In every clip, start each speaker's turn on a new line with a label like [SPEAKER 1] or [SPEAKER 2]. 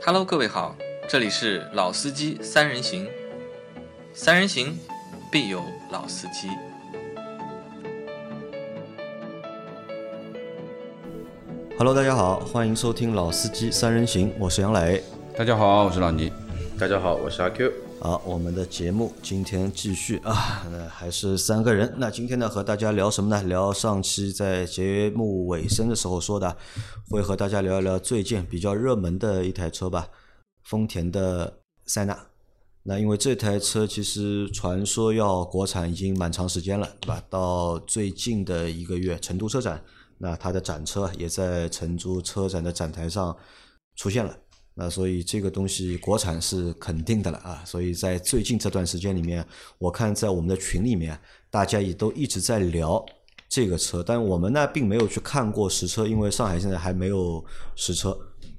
[SPEAKER 1] Hello，各位好，这里是老司机三人行，三人行必有老司机。
[SPEAKER 2] Hello，大家好，欢迎收听《老司机三人行》，我是杨磊。
[SPEAKER 3] 大家好，我是老倪。
[SPEAKER 4] 大家好，我是阿 Q。
[SPEAKER 2] 好，我们的节目今天继续啊，那还是三个人。那今天呢，和大家聊什么呢？聊上期在节目尾声的时候说的，会和大家聊一聊最近比较热门的一台车吧，丰田的塞纳。那因为这台车其实传说要国产已经蛮长时间了，对吧？到最近的一个月，成都车展，那它的展车也在成都车展的展台上出现了。那所以这个东西国产是肯定的了啊，所以在最近这段时间里面，我看在我们的群里面，大家也都一直在聊这个车，但我们呢并没有去看过实车，因为上海现在还没有实车。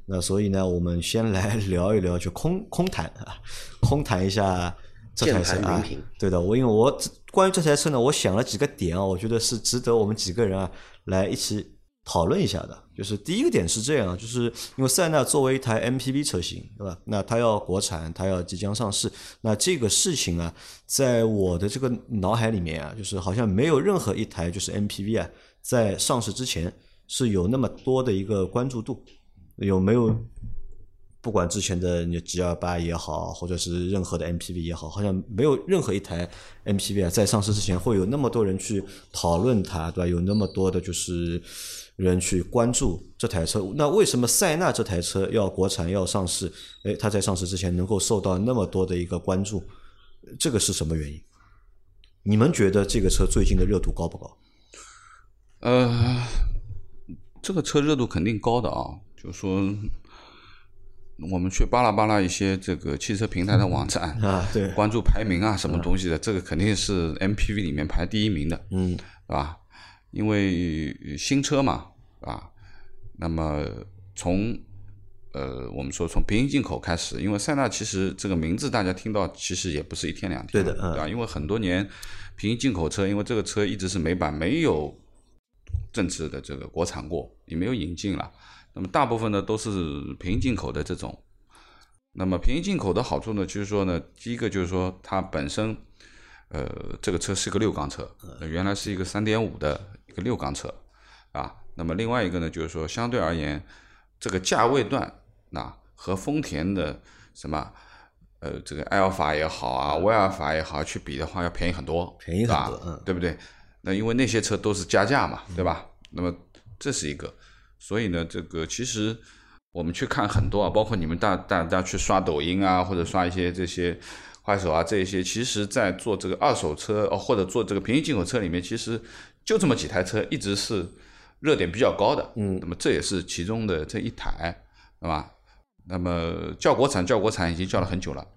[SPEAKER 2] 那所以呢，我们先来 聊一聊，就空空谈啊，空谈一下这台车
[SPEAKER 4] 键盘
[SPEAKER 2] 啊
[SPEAKER 4] 云评。
[SPEAKER 2] 对的，我因为我这关于这台车呢，我想了几个点啊，我觉得是值得我们几个人啊来一起讨论一下的。就是第一个点是这样啊，就是因为塞纳作为一台 MPV 车型，对吧？那它要国产，它要即将上市，那这个事情啊，在我的这个脑海里面啊，就是好像没有任何一台就是 MPV 啊，在上市之前是有那么多的一个关注度，有没有？不管之前的你 G 二八也好，或者是任何的 MPV 也好，好像没有任何一台 MPV 啊，在上市之前会有那么多人去讨论它，对吧？有那么多的就是人去关注这台车。那为什么塞纳这台车要国产要上市？诶，它在上市之前能够受到那么多的一个关注，这个是什么原因？你们觉得这个车最近的热度高不高？
[SPEAKER 3] 呃，这个车热度肯定高的啊，就说我们去巴拉巴拉一些这个汽车平台的网站，
[SPEAKER 2] 啊，对，
[SPEAKER 3] 关注排名啊什么东西的，这个肯定是 MPV 里面排第一名的，
[SPEAKER 2] 嗯，
[SPEAKER 3] 对吧？啊因为呃新车嘛，啊，那么从呃我们说从平行进口开始，因为塞纳其实这个名字大家听到其实也不是一天两
[SPEAKER 2] 对
[SPEAKER 3] 天
[SPEAKER 2] 的嗯
[SPEAKER 3] 对吧？因为很多年平行进口车，因为这个车一直是美版，没有正式的这个国产过，也没有引进了。那么大部分呢都是平行进口的这种。那么平行进口的好处呢，就是说呢，第一个就是说它本身，呃，这个车是一个六缸车，
[SPEAKER 2] 嗯
[SPEAKER 3] 呃原来是一个三点五的一个六缸车，啊，那么另外一个呢，就是说相对而言，这个价位段啊和丰田的什么。呃，这个埃尔法也好啊，威尔法也好，去比的话要便宜很多，
[SPEAKER 2] 便宜很
[SPEAKER 3] 啊
[SPEAKER 2] 多嗯
[SPEAKER 3] 对不对？那因为那些车都是加价嘛，对吧？那么这是一个，所以呢，这个其实我们去看很多啊，包括你们大大大家去刷抖音啊，或者刷一些这些快手啊这一些，其实在做这个二手车哦，或者做这个便宜进口车里面，其实就这么几台车一直是热点比较高的，嗯，那么这也是其中的这一台，对吧？那么叫国产叫国产已经叫了很久了，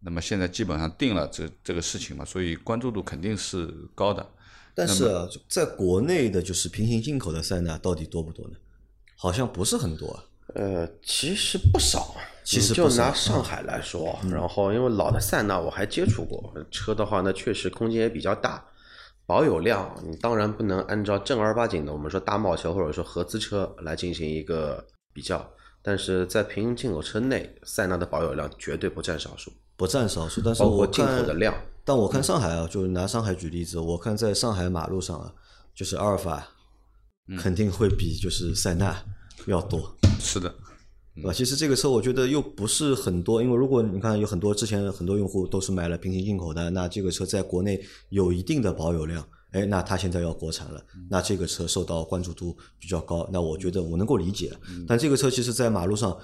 [SPEAKER 3] 那么现在基本上定了这这个事情嘛，所以关注度肯定是高的。
[SPEAKER 2] 但是啊，在国内的就是平行进口的塞纳到底多不多呢？好像不是很多啊。
[SPEAKER 4] 呃，其实不少，
[SPEAKER 2] 其实
[SPEAKER 4] 你
[SPEAKER 2] 不
[SPEAKER 4] 就
[SPEAKER 2] 少嗯
[SPEAKER 4] 拿上海来说，然后因为老的塞纳我还接触过，车的话呢确实空间也比较大，保有量你当然不能按照正儿八经的我们说大贸车或者说合资车来进行一个比较，但是在平行进口车内，塞纳的保有量绝对不占少数，
[SPEAKER 2] 不占少数，但是
[SPEAKER 4] 包
[SPEAKER 2] 我
[SPEAKER 4] 括进
[SPEAKER 2] 看，
[SPEAKER 4] 口的量。嗯
[SPEAKER 2] 但我看上海啊，就是拿上海举例子，我看在上海马路上啊，就是阿尔法
[SPEAKER 4] 嗯
[SPEAKER 2] 肯定会比就是塞纳要多，
[SPEAKER 3] 是的，
[SPEAKER 4] 嗯
[SPEAKER 2] 对吧？其实这个车我觉得又不是很多，因为如果你看有很多之前很多用户都是买了平行进口的，那这个车在国内有一定的保有量。哎，那它现在要国产了，
[SPEAKER 4] 嗯
[SPEAKER 2] 那这个车受到关注度比较高，那我觉得我能够理解。
[SPEAKER 4] 嗯
[SPEAKER 2] 但这个车其实，在马路上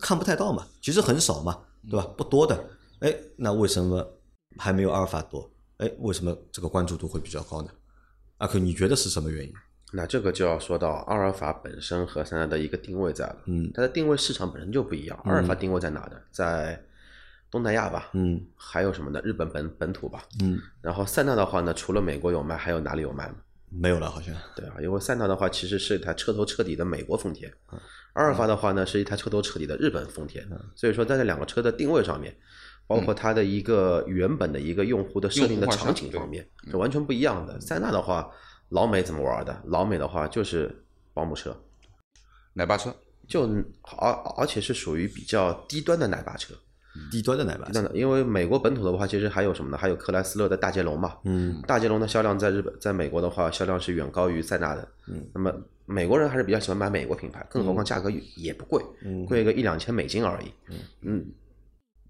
[SPEAKER 2] 看不太到嘛，其实很少嘛，对
[SPEAKER 4] 嗯
[SPEAKER 2] 吧？不多的。哎，那为什么还没有阿尔法多？哎，为什么这个关注度会比较高呢？阿 Q，你觉得是什么原因？
[SPEAKER 4] 那这个就要说到阿尔法本身和塞纳的一个定位在了，
[SPEAKER 2] 嗯
[SPEAKER 4] 它的定位市场本身就不一样。阿尔法定位在哪的？在东南亚吧，
[SPEAKER 2] 嗯
[SPEAKER 4] 还有什么呢？日本本本土吧。
[SPEAKER 2] 嗯，
[SPEAKER 4] 然后塞纳的话呢，除了美国有卖，还有哪里有卖吗？
[SPEAKER 2] 没有了，好像
[SPEAKER 4] 对啊，因为塞纳的话其实是一台彻头彻底的美国丰田，
[SPEAKER 3] 嗯
[SPEAKER 4] 阿尔法的话呢是一台彻头彻底的日本丰田，所以说在这两个车的定位上面，包括它的一个原本的一个用户的设定的
[SPEAKER 3] 嗯用户画像
[SPEAKER 4] 场景方面
[SPEAKER 3] 嗯
[SPEAKER 4] 是完全不一样的。塞纳的话，老美怎么玩的？老美的话就是保姆车，
[SPEAKER 3] 奶爸车，
[SPEAKER 4] 就而而且是属于比较低端的奶爸车，
[SPEAKER 2] 低端的奶爸
[SPEAKER 4] 嗯低端的，因为美国本土的话，其实还有什么呢？还有克莱斯勒的大捷龙嘛，
[SPEAKER 2] 嗯，
[SPEAKER 4] 大捷龙的销量在日本，在美国的话，销量是远高于塞纳的。
[SPEAKER 2] 嗯，
[SPEAKER 4] 那么美国人还是比较喜欢买美国品牌，更何况价格也也不贵，
[SPEAKER 2] 嗯
[SPEAKER 4] 贵个一两千美金而已。嗯嗯，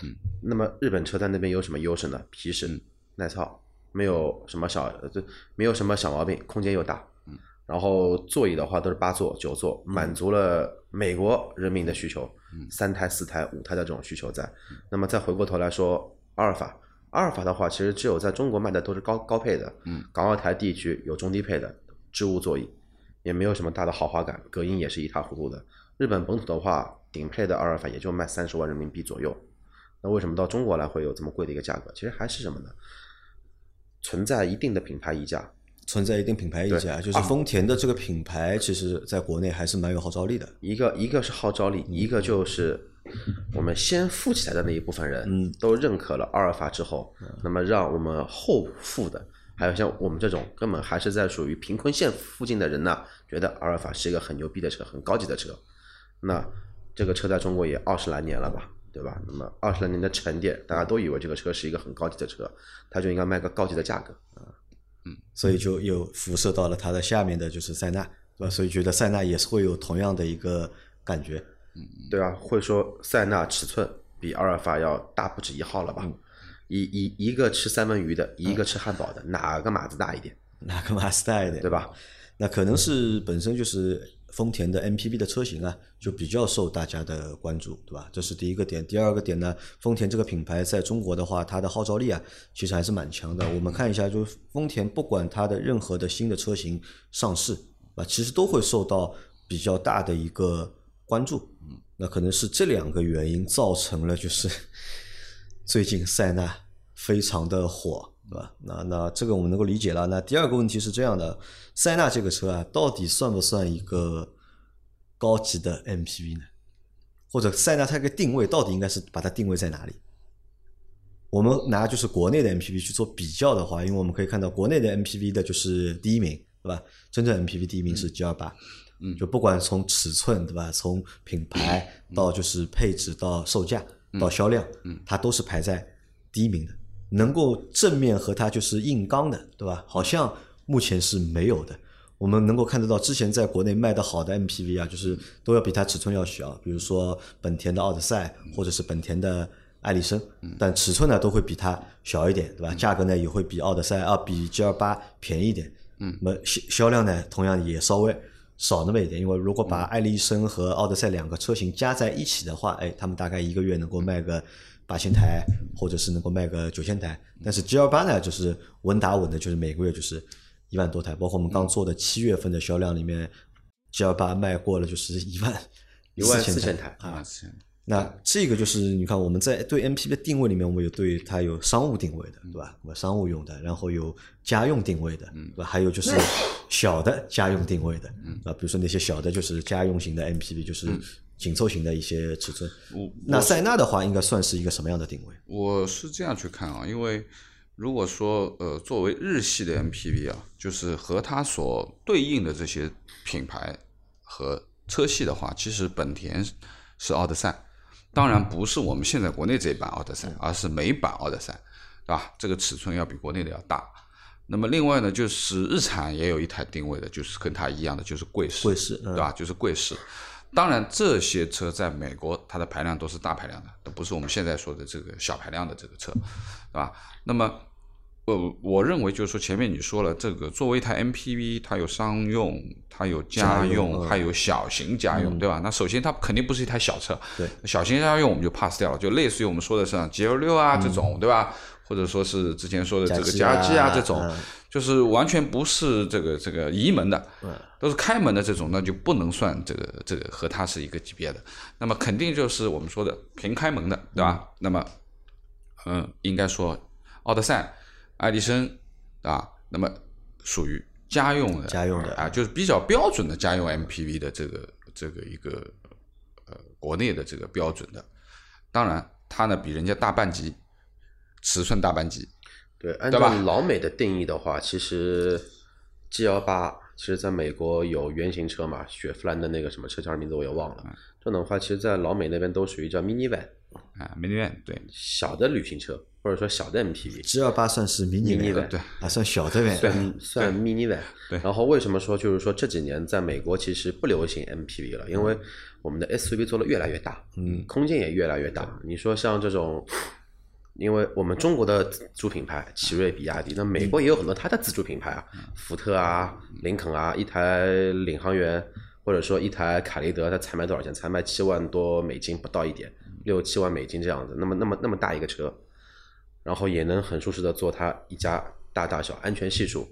[SPEAKER 4] 嗯那么日本车在那边有什么优势呢？皮实、耐操，没有什么小，呃这没有什么小毛病，空间又大。嗯，然后座椅的话都是八座、九座，满足了美国人民的需求，三胎、四胎、五胎的这种需求在。那么再回过头来说，阿尔法，阿尔法的话，其实只有在中国卖的都是高高配的，
[SPEAKER 3] 嗯，
[SPEAKER 4] 港澳台地区有中低配的织物座椅，也没有什么大的豪华感，隔音也是一塌糊涂的。日本本土的话，顶配的阿尔法也就卖三十万人民币左右，那为什么到中国来会有这么贵的一个价格？其实还是什么呢？存在一定的品牌溢价，
[SPEAKER 2] 存在一定品牌溢价，
[SPEAKER 4] 啊
[SPEAKER 2] 就是丰田的这个品牌，其实在国内还是蛮有号召力的。
[SPEAKER 4] 一个一个是号召力，一个就是我们先富起来的那一部分人，
[SPEAKER 2] 嗯
[SPEAKER 4] 都认可了阿尔法之后，那么让我们后富的，还有像我们这种根本还是在属于贫困线附近的人呢，觉得阿尔法是一个很牛逼的车，很高级的车。那这个车在中国也二十来年了吧，对吧？那么二十来年的沉淀，大家都以为这个车是一个很高级的车，它就应该卖个高级的价格。
[SPEAKER 2] 所以就又辐射到了它的下面的就是塞纳，对吧？所以觉得塞纳也是会有同样的一个感觉。
[SPEAKER 4] 对啊，会说塞纳尺寸比阿尔法要大不止一号了吧？一一一个吃三文鱼的，一个吃汉堡的，哪个码子大一点，
[SPEAKER 2] 哪个马自达一点，
[SPEAKER 4] 对吧？
[SPEAKER 2] 那可能是本身就是丰田的 MPV 的车型啊，就比较受大家的关注，对吧？这是第一个点。第二个点呢，丰田这个品牌在中国的话，它的号召力啊，其实还是蛮强的。我们看一下，就是丰田不管它的任何的新的车型上市啊，其实都会受到比较大的一个关注。那可能是这两个原因造成了，就是 最近塞纳非常的火，对吧？那那这个我们能够理解了。那第二个问题是这样的，塞纳这个车啊，到底算不算一个高级的 MPV 呢？或者塞纳它这个定位到底应该是把它定位在哪里？我们拿就是国内的 MPV 去做比较的话，因为我们可以看到国内的 MPV 的就是第一名，对吧？真正 MPV 第一名是 G 二八，
[SPEAKER 3] 嗯
[SPEAKER 2] 就不管从尺寸对吧，从品牌到就是配置到售价到销量，
[SPEAKER 3] 嗯
[SPEAKER 2] 它都是排在第一名的，能够正面和它就是硬刚的，对吧？好像目前是没有的。我们能够看得到，之前在国内卖的好的 MPV 啊，就是都要比它尺寸要小，比如说本田的奥德赛
[SPEAKER 3] 嗯
[SPEAKER 2] 或者是本田的艾力绅，但尺寸呢都会比它小一点，对吧？
[SPEAKER 3] 嗯
[SPEAKER 2] 价格呢也会比奥德赛啊比 G 二八便宜一点，
[SPEAKER 3] 嗯
[SPEAKER 2] 那么销销量呢同样也稍微少那么一点，因为如果把艾力绅和奥德赛两个车型加在一起的话，哎，他们大概一个月能够卖个八千台，或者是能够卖个九千台。但是 G 二八呢，就是稳打稳的，就是每个月就是一万多台，包括我们刚做的七月份的销量里面，G 二八卖过了就是一万
[SPEAKER 4] 14,000
[SPEAKER 2] 千
[SPEAKER 4] 台
[SPEAKER 2] 啊，
[SPEAKER 3] 是
[SPEAKER 2] 那这个就是你看我们在对 MPV 的定位里面，我们有对它有商务定位的，对吧？我们商务用的，然后有家用定位的，
[SPEAKER 3] 嗯
[SPEAKER 2] 对吧？还有就是小的家用定位的，啊，比如说那些小的就是家用型的 MPV，就是紧凑型的一些尺寸。
[SPEAKER 3] 嗯我
[SPEAKER 2] 那塞纳的话，应该算是一个什么样的定位？
[SPEAKER 3] 我是这样去看啊，因为如果说呃，作为日系的 MPV 啊，就是和它所对应的这些品牌和车系的话，其实本田是奥德赛，当然不是我们现在国内这一版奥德赛，而是美版奥德赛，对吧？这个尺寸要比国内的要大。那么另外呢，就是日产也有一台定位的，就是跟它一样的，就是贵士，
[SPEAKER 2] 贵士嗯
[SPEAKER 3] 对吧？就是贵士。当然，这些车在美国它的排量都是大排量的，都不是我们现在说的这个小排量的这个车，对吧？那么，呃，我认为就是说，前面你说了，这个作为一台 MPV，它有商用，它有家
[SPEAKER 2] 家用
[SPEAKER 3] 用，
[SPEAKER 2] 嗯
[SPEAKER 3] 还有小型家用，对吧？那首先它肯定不是一台小车，
[SPEAKER 2] 对，
[SPEAKER 3] 小型家用我们就 pass 掉了，就类似于我们说的像 G L 六啊这种，对吧？或者说是之前说的这个
[SPEAKER 2] 嗯加
[SPEAKER 3] 加
[SPEAKER 2] 机啊
[SPEAKER 3] 机啊这种
[SPEAKER 2] 嗯，
[SPEAKER 3] 就是完全不是这个这个移门的，都是开门的这种，那就不能算这个这个和它是一个级别的。那么肯定就是我们说的平开门的，对吧？那么，嗯，应该说奥德赛、艾力绅，啊，那么属于家用的，
[SPEAKER 2] 家用的
[SPEAKER 3] 啊，就是比较标准的家用 MPV 的这个这个一个呃国内的这个标准的。当然，它呢比人家大半级，尺寸大半级，
[SPEAKER 4] 对，按
[SPEAKER 3] 对吧
[SPEAKER 4] 照老美的定义的话，其实 G 幺八其实在美国有原型车嘛，雪佛兰的那个什么车叫名字我也忘了。这种的话，其实，在老美那边都属于叫 minivan
[SPEAKER 3] 啊，美女院对，
[SPEAKER 4] 小的旅行车，或者说小的 MPV。
[SPEAKER 2] G 二八算是迷你
[SPEAKER 4] mini
[SPEAKER 2] 版，
[SPEAKER 4] 版
[SPEAKER 3] 对，嗯
[SPEAKER 2] 还算小的版。
[SPEAKER 4] 算算 minivan。
[SPEAKER 3] 对
[SPEAKER 4] 然后为什么说就是说这几年在美国其实不流行 MPV 了？因
[SPEAKER 3] 嗯
[SPEAKER 4] 为我们的 SUV 做的越来越大，嗯，空间也越来越大。你说像这种。因为我们中国的自主品牌奇瑞、比亚迪，那美国也有很多它的自主品牌啊，
[SPEAKER 3] 嗯
[SPEAKER 4] 福特啊、林肯啊，一台领航员或者说一台凯雷德，它才卖多少钱？才卖七万多美金，不到一点，六七万美金这样子。那么那么那么大一个车，然后也能很舒适的做它一家大大小，安全系数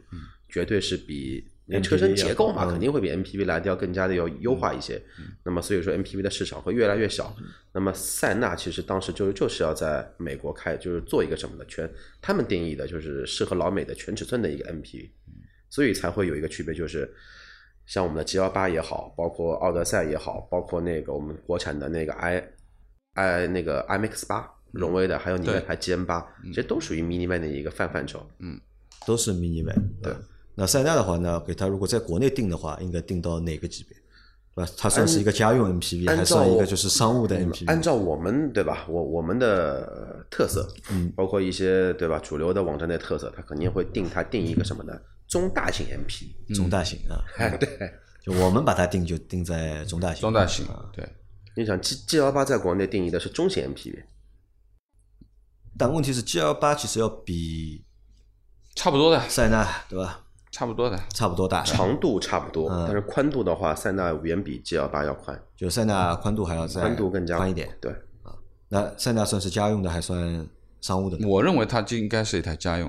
[SPEAKER 4] 绝对是比连车身结构嘛，
[SPEAKER 2] 嗯
[SPEAKER 4] 肯定会比 MPV 来的要更加的要优化一些。那么所以说 MPV 的市场会越来越小。那么塞纳其实当时就是就是要在美国开，就是做一个什么的全，他们定义的就是适合老美的全尺寸的一个 MPV，所以才会有一个区别，就是像我们的 G 幺八也好，包括奥德赛也好，包括那个我们国产的那个 i i 那个 IMX 八。荣威的，还有你那
[SPEAKER 3] 对
[SPEAKER 4] 台 GM 八，这都属于 minivan 的一个范范畴。
[SPEAKER 2] 都是 mini van，对吧。那塞纳的话呢，给它如果在国内定的话，应该定到哪个级别？对吧？它算是一个家用 MPV，
[SPEAKER 4] 按
[SPEAKER 2] 还算一个
[SPEAKER 4] 照嗯
[SPEAKER 2] 就是商务的 MPV？
[SPEAKER 4] 按照我们对吧，我我们的特色，嗯，包括一些对吧主流的网站的特色，它肯定会定它定一个什么呢？中大型 MP，
[SPEAKER 2] 中大型啊，
[SPEAKER 4] 嗯 对，
[SPEAKER 2] 就我们把它定就定在中大型。
[SPEAKER 3] 中大型
[SPEAKER 2] 啊，
[SPEAKER 3] 对，
[SPEAKER 4] 你想 G G 幺八在国内定义的是中型
[SPEAKER 2] 嗯
[SPEAKER 4] MPV，
[SPEAKER 2] 但问题是 G L 八其实要比
[SPEAKER 3] 差不多的，
[SPEAKER 2] 塞纳对吧，
[SPEAKER 3] 差不多的，
[SPEAKER 2] 差不多大，
[SPEAKER 4] 长度差不多，
[SPEAKER 2] 嗯
[SPEAKER 4] 但是宽度的话，塞纳远比 G 幺八要宽，
[SPEAKER 2] 就塞纳宽度还要再
[SPEAKER 4] 宽度更加
[SPEAKER 2] 宽一点。
[SPEAKER 4] 对，
[SPEAKER 2] 那塞纳算是家用的，还算商务的呢？
[SPEAKER 3] 我认为它就应该是一台家用，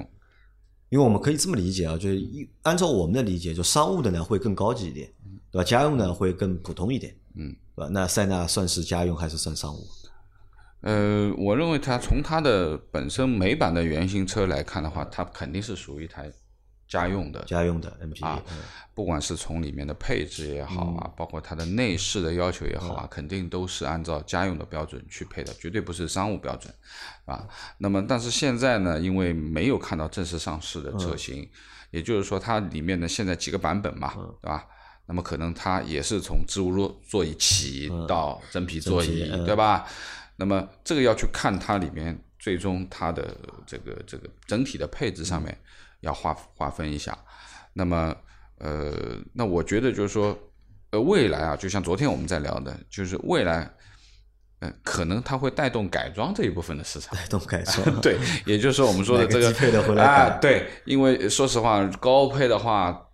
[SPEAKER 2] 因为我们可以这么理解啊，就是一按照我们的理解，就商务的呢会更高级一点，对吧？家用呢会更普通一点，
[SPEAKER 3] 嗯，
[SPEAKER 2] 对吧？那塞纳算是家用还是算商务？
[SPEAKER 3] 呃，我认为它从它的本身美版的原型车来看的话，它肯定是属于一台家用的，
[SPEAKER 2] 家用的 MPV，、
[SPEAKER 3] 啊
[SPEAKER 2] 嗯
[SPEAKER 3] 不管是从里面的配置也好啊，包括它的内饰的要求也好啊，肯定都是按照家用的标准去配的，绝对不是商务标准，啊。那么，但是现在呢，因为没有看到正式上市的车型，也就是说它里面的现在几个版本嘛，对吧？那么可能它也是从织物座座椅起到嗯真皮座椅，
[SPEAKER 2] 真皮嗯
[SPEAKER 3] 对吧？那么这个要去看它里面最终它的这个这个整体的配置上面要划划分一下。那么呃，那我觉得就是说，呃，未来啊，就像昨天我们在聊的，就是未来，呃，可能它会带动改装这一部分的市 场。，
[SPEAKER 2] 带动改装
[SPEAKER 3] 对，也就是说我们说的
[SPEAKER 2] 买个
[SPEAKER 3] 这 个
[SPEAKER 2] 低配的回来
[SPEAKER 3] 啊
[SPEAKER 2] 改，
[SPEAKER 3] 对，因为说实话，高配的话，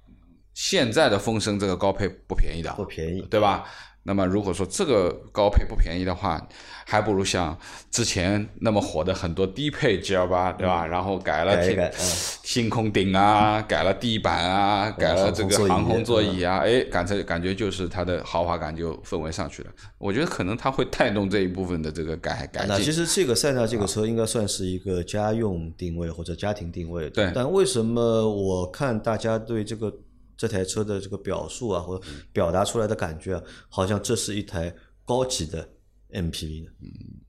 [SPEAKER 3] 现在的风声这个高配不便宜的，
[SPEAKER 2] 不便宜，
[SPEAKER 3] 对吧？那么如果说这个高配不便宜的话，还不如像之前那么火的很多低配 G L 八，对吧？然后改了
[SPEAKER 2] 改一
[SPEAKER 3] 天
[SPEAKER 2] 改嗯
[SPEAKER 3] 星空顶啊，改了地板啊，改了这个
[SPEAKER 2] 航
[SPEAKER 3] 航
[SPEAKER 2] 空
[SPEAKER 3] 空
[SPEAKER 2] 座
[SPEAKER 3] 座
[SPEAKER 2] 哦椅嗯
[SPEAKER 3] 椅啊，哎，感觉感觉就是它的豪华感就氛围上去了。我觉得可能它会带动这一部分的这个改改
[SPEAKER 2] 啊那其
[SPEAKER 3] 进。啊
[SPEAKER 2] 实这个塞纳这个车应该算是一个家用定位或者家庭定位的。
[SPEAKER 3] 对
[SPEAKER 2] 但为什么我看大家对这个这台车的这个表述啊，或者
[SPEAKER 3] 嗯
[SPEAKER 2] 表达出来的感觉、啊，好像这是一台高级的 MPV 呢？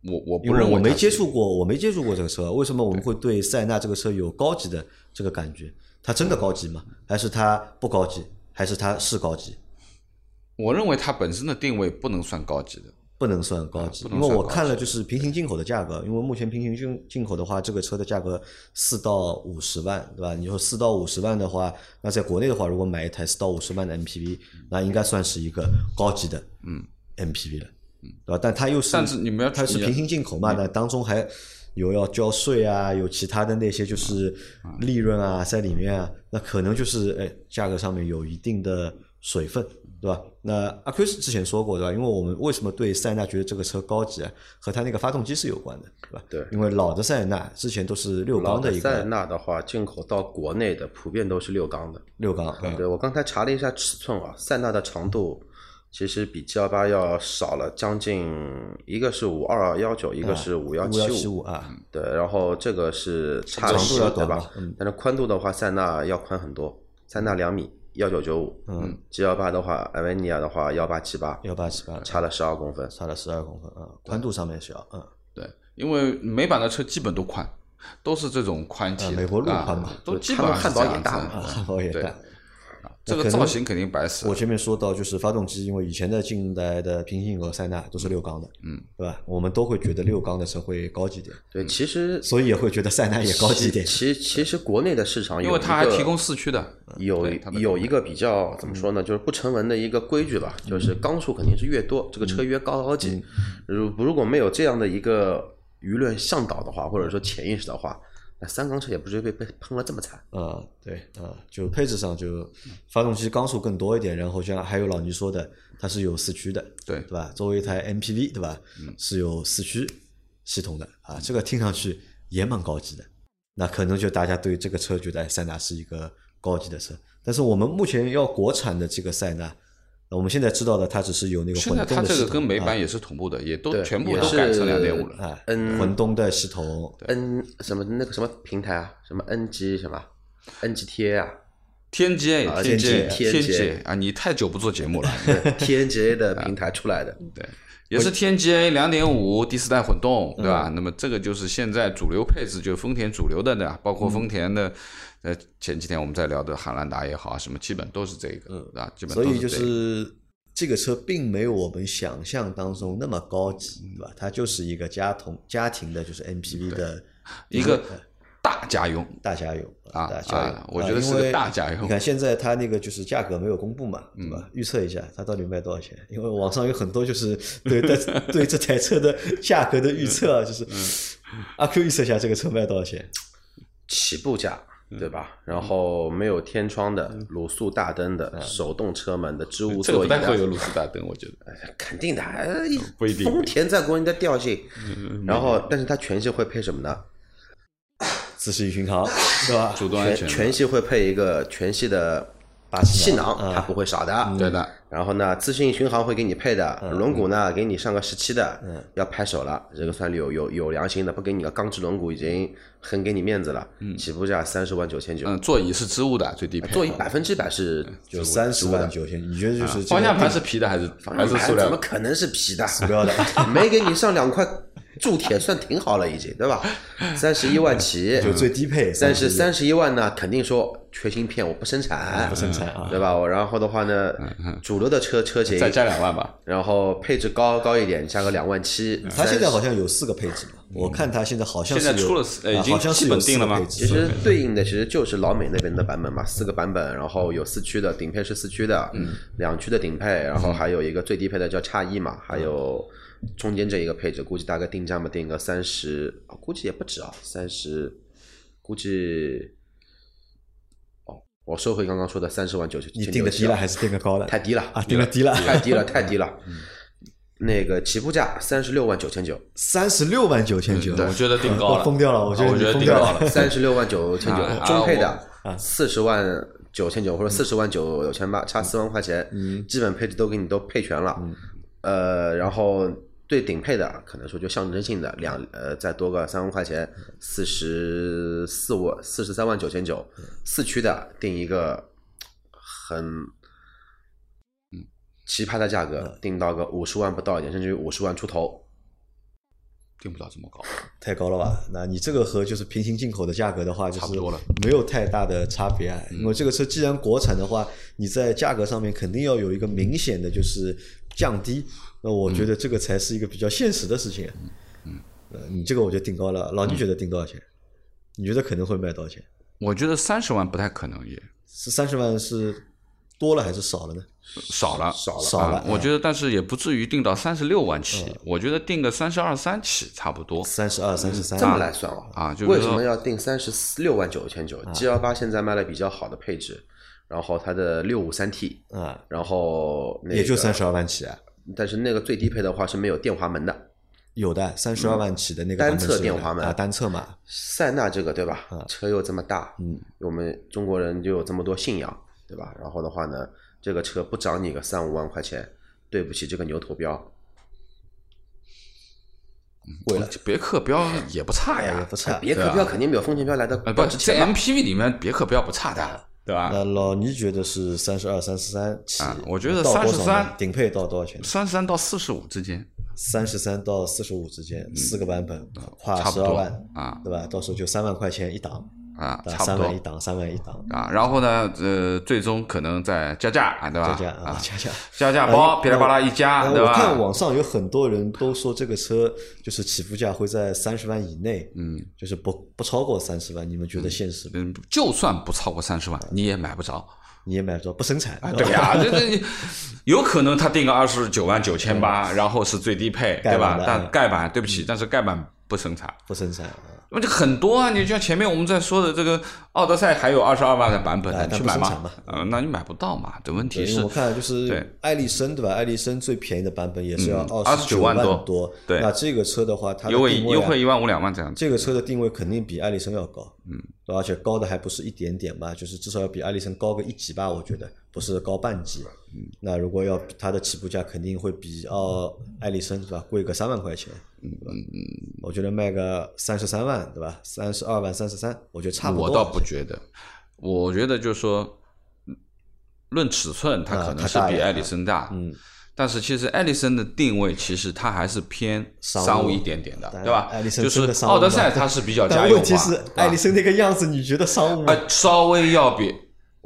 [SPEAKER 3] 我我
[SPEAKER 2] 因
[SPEAKER 3] 不
[SPEAKER 2] 为
[SPEAKER 3] 认为
[SPEAKER 2] 我没
[SPEAKER 3] 它
[SPEAKER 2] 接
[SPEAKER 3] 是
[SPEAKER 2] 触过，我没接触过这个车，为什么我们会对塞纳这个车有高级的这个感觉？它真的高级吗？还是它不高级？还是它是高级？
[SPEAKER 3] 我认为它本身的定位不能算高级的。
[SPEAKER 2] 不能算高级，
[SPEAKER 3] 啊
[SPEAKER 2] 因
[SPEAKER 3] 不能
[SPEAKER 2] 为
[SPEAKER 3] 算
[SPEAKER 2] 我
[SPEAKER 3] 高级
[SPEAKER 2] 看了就是平行进口的价格，因为目前平行进进口的话，这个车的价格四到五十万，对吧？你说四到五十万的话，那在国内的话，如果买一台四到五十万的 MPV，那应该算是一个高级的嗯 MPV 了，对吧？但它又是，
[SPEAKER 3] 嗯但是你们要
[SPEAKER 2] 它是
[SPEAKER 3] 你要
[SPEAKER 2] 平行进口
[SPEAKER 4] 嗯
[SPEAKER 2] 嘛，那当中还有要交税啊，有其他的那些就是
[SPEAKER 4] 嗯
[SPEAKER 2] 利润啊在里面啊，那可能就是哎价格上面有一定的水分，对吧？那阿 Q 之前说过对吧？因为我们为什么对塞纳觉得这个车高级啊，和它那个发动机是有关的，对吧？
[SPEAKER 4] 对
[SPEAKER 2] 因为老的塞纳之前都是六
[SPEAKER 4] 老
[SPEAKER 2] 缸
[SPEAKER 4] 的
[SPEAKER 2] 一
[SPEAKER 4] 塞
[SPEAKER 2] 个
[SPEAKER 4] 纳的话，进口到国内的普遍都是六缸的。
[SPEAKER 2] 六缸，嗯
[SPEAKER 4] 对我刚才查了一下尺寸啊，塞纳的长度其实比 G 幺八要少了将近，一个是五二幺九，一个是五幺
[SPEAKER 2] 嗯五幺
[SPEAKER 4] 七
[SPEAKER 2] 七五。啊，
[SPEAKER 4] 对，然后这个是差了
[SPEAKER 2] 长度
[SPEAKER 4] 10
[SPEAKER 2] 要
[SPEAKER 4] 对
[SPEAKER 2] 短嘛
[SPEAKER 4] 吧？
[SPEAKER 2] 嗯
[SPEAKER 4] 但是宽度的话，塞纳要宽很多，塞纳两米幺九九五，
[SPEAKER 2] 嗯
[SPEAKER 4] ，G 幺八的话，艾维尼亚的话幺八七八，
[SPEAKER 2] 幺八七八，
[SPEAKER 4] 差了十二公分。
[SPEAKER 2] 差了十二公分啊，宽度上面小，嗯，
[SPEAKER 3] 对，因为美版的车基本都宽，都是这种宽体
[SPEAKER 2] 啊
[SPEAKER 3] 的、
[SPEAKER 2] 美国路宽嘛
[SPEAKER 3] 啊都基
[SPEAKER 4] 他
[SPEAKER 3] 本
[SPEAKER 4] 们
[SPEAKER 3] 上是
[SPEAKER 4] 汉堡
[SPEAKER 3] 这样
[SPEAKER 4] 也大
[SPEAKER 3] 子
[SPEAKER 4] 嘛
[SPEAKER 3] 的
[SPEAKER 2] 汉堡也
[SPEAKER 3] 对
[SPEAKER 2] 大，
[SPEAKER 3] 这
[SPEAKER 2] 可
[SPEAKER 3] 个
[SPEAKER 2] 能
[SPEAKER 3] 造型肯定白死
[SPEAKER 2] 我
[SPEAKER 3] 了。
[SPEAKER 2] 前面说到，就是发动机，因为以前的近代的平行和塞纳都是六缸的，
[SPEAKER 3] 嗯，
[SPEAKER 2] 对吧？我们都会觉得六缸的车会高级点，
[SPEAKER 4] 对，其实
[SPEAKER 2] 所以也会觉得塞纳也高级点。
[SPEAKER 4] 其其其实国内的市场有
[SPEAKER 3] 因为它还
[SPEAKER 4] 一个嗯
[SPEAKER 3] 提供四驱的，
[SPEAKER 4] 有
[SPEAKER 3] 对它的
[SPEAKER 4] 有一个比
[SPEAKER 3] 嗯
[SPEAKER 4] 较怎么说呢，就是不成文的一个规矩吧，就是缸数肯定是越多，这个
[SPEAKER 3] 嗯
[SPEAKER 4] 车越高高级。如如果没有这样的一个舆论向导的话，或者说潜意识的话，那三缸车也不至于被被喷了这么惨。
[SPEAKER 2] 啊、对，啊、就配置上就发动机缸数更多一点，然后像还有老倪说的，它是有四驱的，
[SPEAKER 3] 对
[SPEAKER 2] 对吧？作为一台 MPV，对吧？
[SPEAKER 3] 嗯
[SPEAKER 2] 是有四驱系统的啊，这个听上去也蛮高级的。那可能就大家对这个车觉得哎塞纳是一个高级的车，但是我们目前要国产的这个塞纳，那我们现在知道的它只是有那个
[SPEAKER 3] 现
[SPEAKER 2] 混
[SPEAKER 3] 在
[SPEAKER 2] 动
[SPEAKER 3] 它
[SPEAKER 2] 的
[SPEAKER 3] 这
[SPEAKER 2] 系
[SPEAKER 3] 个跟
[SPEAKER 2] 统，
[SPEAKER 3] 美版
[SPEAKER 2] 啊
[SPEAKER 3] 也是同步的，也都
[SPEAKER 4] 对
[SPEAKER 3] 全部
[SPEAKER 4] 也
[SPEAKER 3] 都改
[SPEAKER 4] 是
[SPEAKER 3] 成两点五了。
[SPEAKER 2] 哎
[SPEAKER 4] 嗯
[SPEAKER 2] 混动的系统，
[SPEAKER 4] N 什么那个什么平台啊，什么 NG 什么 NGTA 啊
[SPEAKER 3] 天街
[SPEAKER 4] 啊，
[SPEAKER 3] 天街，
[SPEAKER 4] 天
[SPEAKER 3] 天
[SPEAKER 4] 街
[SPEAKER 3] 街啊！你太久不做节目了，
[SPEAKER 4] 对 ，TNGA 的
[SPEAKER 3] 啊
[SPEAKER 4] 平台出来的。
[SPEAKER 3] 对，也是天 GA 两点五第四代混动，对吧？那么这个就是现在主流配置，就是丰田主流的呢，包括丰田的，呃，前几天我们在聊的汉兰达也好，啊什么基本都是这个，对吧？基本
[SPEAKER 2] 所
[SPEAKER 3] 都
[SPEAKER 2] 以就
[SPEAKER 3] 这个。
[SPEAKER 2] 是这个车并没有我们想象当中那么高级，对吧？它就是一个家庭家庭的，就是
[SPEAKER 3] 嗯
[SPEAKER 2] MPV 的
[SPEAKER 3] 一个大家用，
[SPEAKER 2] 大家用
[SPEAKER 3] 啊
[SPEAKER 2] 大家用
[SPEAKER 3] 啊我觉得是个
[SPEAKER 2] 因为
[SPEAKER 3] 大家嗯用
[SPEAKER 2] 你看现在它那个就是价格没有公布嘛，对吧？预测一下它到底卖多少钱？因为网上有很多就是对对对这台车的价格的预测啊，就是
[SPEAKER 3] 嗯
[SPEAKER 2] 阿 Q 预测一下这个车卖多少钱？
[SPEAKER 4] 起步价，
[SPEAKER 3] 嗯
[SPEAKER 4] 对吧？然后没有天窗的、卤素大灯的、手动车门的、织物
[SPEAKER 3] 嗯这个
[SPEAKER 4] 座
[SPEAKER 3] 不
[SPEAKER 4] 椅
[SPEAKER 2] 啊
[SPEAKER 4] 啊
[SPEAKER 3] 太会有
[SPEAKER 4] 的，
[SPEAKER 3] 路虎大灯，我觉得。
[SPEAKER 4] 肯定的。哎
[SPEAKER 3] 呃不一定嗯
[SPEAKER 4] 丰田在国内的调性，然后但是它全系会配什么呢？
[SPEAKER 2] 自适应巡航，对吧？
[SPEAKER 3] 主动安
[SPEAKER 4] 全
[SPEAKER 3] 全，
[SPEAKER 4] 全系会配一个全系的
[SPEAKER 2] 把
[SPEAKER 4] 气
[SPEAKER 2] 气
[SPEAKER 4] 囊，
[SPEAKER 3] 嗯啊
[SPEAKER 4] 它不会少的。
[SPEAKER 3] 对的，
[SPEAKER 4] 然后呢，自适应巡航会给你配
[SPEAKER 3] 嗯
[SPEAKER 4] 的，轮毂呢给你上个十七的，要拍手了，这个算有有有良心的，不给你个钢制轮毂已经很给你面子了。起步价啊三十万九千九，
[SPEAKER 3] 嗯，座椅是织物的，最低
[SPEAKER 2] 哎
[SPEAKER 3] 配。
[SPEAKER 4] 座椅百分之百是
[SPEAKER 2] 就三十万九千，你觉得就是这个
[SPEAKER 3] 啊方向盘是皮的还是
[SPEAKER 2] 哎
[SPEAKER 3] 还是塑料
[SPEAKER 4] 哎怎么
[SPEAKER 3] 的？
[SPEAKER 4] 可能是皮的？塑
[SPEAKER 2] 料的，
[SPEAKER 4] 没给你上两块铸铁算挺好了，已经对吧？三十一万起，
[SPEAKER 2] 就最低
[SPEAKER 3] 嗯
[SPEAKER 2] 配
[SPEAKER 4] 但是
[SPEAKER 2] 31
[SPEAKER 4] 三十一万呢，肯定说缺芯片，我不生产，
[SPEAKER 2] 不生产嗯啊
[SPEAKER 3] 嗯
[SPEAKER 4] 对吧？我然后的话呢，主流的车车型，
[SPEAKER 3] 再加两万吧。
[SPEAKER 4] 然后配置高高一点，加个两万七。
[SPEAKER 2] 它现在
[SPEAKER 4] 30
[SPEAKER 2] 好像有四个配置嘛，我看它现在好像是
[SPEAKER 3] 嗯现在
[SPEAKER 2] 有
[SPEAKER 3] 出了四呃
[SPEAKER 2] 啊
[SPEAKER 3] 已经
[SPEAKER 2] 好像是
[SPEAKER 3] 基
[SPEAKER 2] 有
[SPEAKER 3] 本
[SPEAKER 2] 四
[SPEAKER 3] 定了
[SPEAKER 2] 个
[SPEAKER 3] 吗
[SPEAKER 2] 配置
[SPEAKER 4] 其实对应的其实就是老美那边的版本嘛，四个版本，然后有四驱的，顶配是四驱的，
[SPEAKER 2] 嗯
[SPEAKER 4] 两驱的顶配，然后还有一个最低配的叫叉一嘛，还有
[SPEAKER 2] 嗯
[SPEAKER 4] 中间这一个配置，估计大概定价嘛定个三十，哦估计也不止啊，三十，估计，哦，我收回刚刚说的三十万九千，
[SPEAKER 2] 你定的低了还是定的高了？
[SPEAKER 4] 太低了，
[SPEAKER 2] 啊，定的低了，嗯
[SPEAKER 4] 太低了，太低 了。那个起步价三十六万九千九，
[SPEAKER 2] 三十六万九千九，
[SPEAKER 3] 我觉得定高了，啊
[SPEAKER 2] 我疯掉了我觉得
[SPEAKER 3] 我
[SPEAKER 2] 你
[SPEAKER 3] 觉得
[SPEAKER 2] 疯
[SPEAKER 3] 定
[SPEAKER 2] 掉
[SPEAKER 3] 高
[SPEAKER 2] 了
[SPEAKER 3] 了。
[SPEAKER 4] 三十六万九千九
[SPEAKER 3] 啊，
[SPEAKER 4] 中配
[SPEAKER 2] 啊
[SPEAKER 4] 的四十万九千九或者四十万九九千八，
[SPEAKER 3] 嗯
[SPEAKER 4] 差四万块钱，基本配置都给你都配全
[SPEAKER 2] 啊
[SPEAKER 4] 了。呃，然后最顶配的可能说就象征性的两呃再多个三万块钱，四十四万四十三万九千九，
[SPEAKER 3] 嗯
[SPEAKER 4] 四驱的定一个很。
[SPEAKER 3] 嗯
[SPEAKER 4] 奇葩的价格定到个五十万不到一点，甚至于五十万出头，
[SPEAKER 3] 定不了这么高，
[SPEAKER 2] 太高了吧？那你这个和就是平行进口的价格的话，就
[SPEAKER 3] 差
[SPEAKER 2] 是
[SPEAKER 3] 不多了
[SPEAKER 2] 没有太大的差别啊。因为这个车既然国产的话，你在价格上面肯定要有一个明显的就是降低。那我觉得这个才是一个比较现实的事情。嗯，呃，你这个我觉得定高了。老倪觉得定多少钱？你觉得可能会卖多少钱？
[SPEAKER 3] 我觉得三十万不太可能也
[SPEAKER 2] 是三十万是多了还是少了呢？
[SPEAKER 3] 少了，
[SPEAKER 4] 少了
[SPEAKER 2] 少了哎嗯
[SPEAKER 3] 啊我觉得，但是也不至于定到三十六万起，我觉得定个三十二三起差不多
[SPEAKER 2] 三十二、三十三，
[SPEAKER 4] 这么来算哦
[SPEAKER 3] 啊就比如
[SPEAKER 4] 为
[SPEAKER 3] 说
[SPEAKER 4] 什么要定三十六万九千九？G 幺八现在卖的比较好的配置，然后它的六五三 T，
[SPEAKER 2] 啊，
[SPEAKER 4] 然后那个
[SPEAKER 2] 也就三十二万起啊，
[SPEAKER 4] 但是那个最低配的话是没有电滑门的。
[SPEAKER 2] 有的三十二万起的那个
[SPEAKER 4] 单
[SPEAKER 2] 版本
[SPEAKER 4] 侧
[SPEAKER 2] 是
[SPEAKER 4] 电
[SPEAKER 2] 有的
[SPEAKER 4] 滑门
[SPEAKER 2] 啊，单侧嘛，
[SPEAKER 4] 塞纳这个对吧？车又这么大，嗯，我们中国人就有这么多信仰，对吧？然后的话呢，这个车不涨你个三五万块钱，对不起这个牛头标，
[SPEAKER 3] 贵了。别克标也不差
[SPEAKER 2] 哎也
[SPEAKER 3] 哎呀，
[SPEAKER 2] 不差。
[SPEAKER 4] 别克标肯定没有丰田标来的
[SPEAKER 3] 呃，不，
[SPEAKER 4] 值
[SPEAKER 3] 在
[SPEAKER 4] 钱嘛。
[SPEAKER 3] MPV 里面别克标不差
[SPEAKER 2] 哎
[SPEAKER 3] 的，对吧？
[SPEAKER 2] 那老倪觉得是三十二、三十三起
[SPEAKER 3] 啊，我觉得
[SPEAKER 2] 到多少呢
[SPEAKER 3] 33
[SPEAKER 2] 顶配到多少钱？
[SPEAKER 3] 三十三到四十五之间，
[SPEAKER 2] 三十三到四十五之间，四个版本，跨
[SPEAKER 3] 嗯啊差
[SPEAKER 2] 十
[SPEAKER 3] 不
[SPEAKER 2] 二
[SPEAKER 3] 多
[SPEAKER 2] 万，
[SPEAKER 3] 啊
[SPEAKER 2] 对吧？到时候就三万块钱一档，
[SPEAKER 3] 啊，
[SPEAKER 2] 啊
[SPEAKER 3] 差不
[SPEAKER 2] 三万一
[SPEAKER 3] 多
[SPEAKER 2] 档，三万一档，
[SPEAKER 3] 啊。然后呢，呃，最终可能再加价啊，对吧？
[SPEAKER 2] 加价啊
[SPEAKER 3] 啊，，
[SPEAKER 2] 加价。
[SPEAKER 3] 加价
[SPEAKER 2] 哎
[SPEAKER 3] 包，噼里啪啦一
[SPEAKER 2] 哎
[SPEAKER 3] 加，对
[SPEAKER 2] 我看
[SPEAKER 3] 吧？
[SPEAKER 2] 网上有很多人都说这个车就是起步价会在三十万以内，嗯，就是不不超过三十万，你们觉得现实吗？
[SPEAKER 3] 嗯，就算不超过三十万，你也买不着。
[SPEAKER 2] 你也买不着，不生产，
[SPEAKER 3] 啊，
[SPEAKER 2] 对吧
[SPEAKER 3] 对 呀、这这你有可能他定个二十九万九 千八，然后是最低配，
[SPEAKER 2] 盖
[SPEAKER 3] 对
[SPEAKER 2] 板
[SPEAKER 3] 吧
[SPEAKER 2] 的？
[SPEAKER 3] 但
[SPEAKER 2] 嗯
[SPEAKER 3] 盖板，对不起，但是盖板不生产。
[SPEAKER 2] 不生产啊，
[SPEAKER 3] 那么就很多啊，你就像前面我们在说的这个奥德赛，还有二十二万的版本
[SPEAKER 2] 哎，
[SPEAKER 3] 你
[SPEAKER 2] 但
[SPEAKER 3] 去
[SPEAKER 2] 不
[SPEAKER 3] 买
[SPEAKER 2] 生
[SPEAKER 3] 吗
[SPEAKER 2] 产嘛？
[SPEAKER 3] 嗯，那你买不到嘛。的问题
[SPEAKER 2] 对因为
[SPEAKER 3] 是
[SPEAKER 2] 我，看就是
[SPEAKER 3] 对
[SPEAKER 2] 艾力绅对吧？艾力绅最便宜的版本也是要
[SPEAKER 3] 嗯
[SPEAKER 2] 二
[SPEAKER 3] 29
[SPEAKER 2] 万
[SPEAKER 3] 万多
[SPEAKER 2] 多，
[SPEAKER 3] 对
[SPEAKER 2] 那这个车的话，它的
[SPEAKER 3] 优惠
[SPEAKER 2] 定位啊
[SPEAKER 3] 优惠一万五两万这样子。
[SPEAKER 2] 这个车的定位肯定比艾力绅要高，嗯，而且高的还不是一点点吧，就是至少要比艾力绅高个一级吧，我觉得不是高半级。嗯，那如果要比它的起步价肯定会比奥艾力绅是吧贵个三万块钱，嗯我觉得卖个三十三万对吧？三十二万、三十三，我觉得差不多。
[SPEAKER 3] 我倒不觉得，我觉得就是说，论尺寸，它
[SPEAKER 2] 啊
[SPEAKER 3] 可能
[SPEAKER 2] 它
[SPEAKER 3] 是
[SPEAKER 2] 大一
[SPEAKER 3] 比
[SPEAKER 2] 点
[SPEAKER 3] 艾力绅大，
[SPEAKER 2] 嗯，
[SPEAKER 3] 但是其实艾力绅的定位其实它还是偏
[SPEAKER 2] 商务
[SPEAKER 3] 商务一点点的，
[SPEAKER 2] 当然
[SPEAKER 3] 对吧
[SPEAKER 2] 艾力？绅
[SPEAKER 3] 就
[SPEAKER 2] 真的
[SPEAKER 3] 是
[SPEAKER 2] 商务
[SPEAKER 3] 奥德
[SPEAKER 2] 吗
[SPEAKER 3] 赛它是比较家
[SPEAKER 2] 但
[SPEAKER 3] 用
[SPEAKER 2] 问
[SPEAKER 3] 化，
[SPEAKER 2] 题是，艾力绅那个样子，你觉得商务吗？
[SPEAKER 3] 呃稍微要比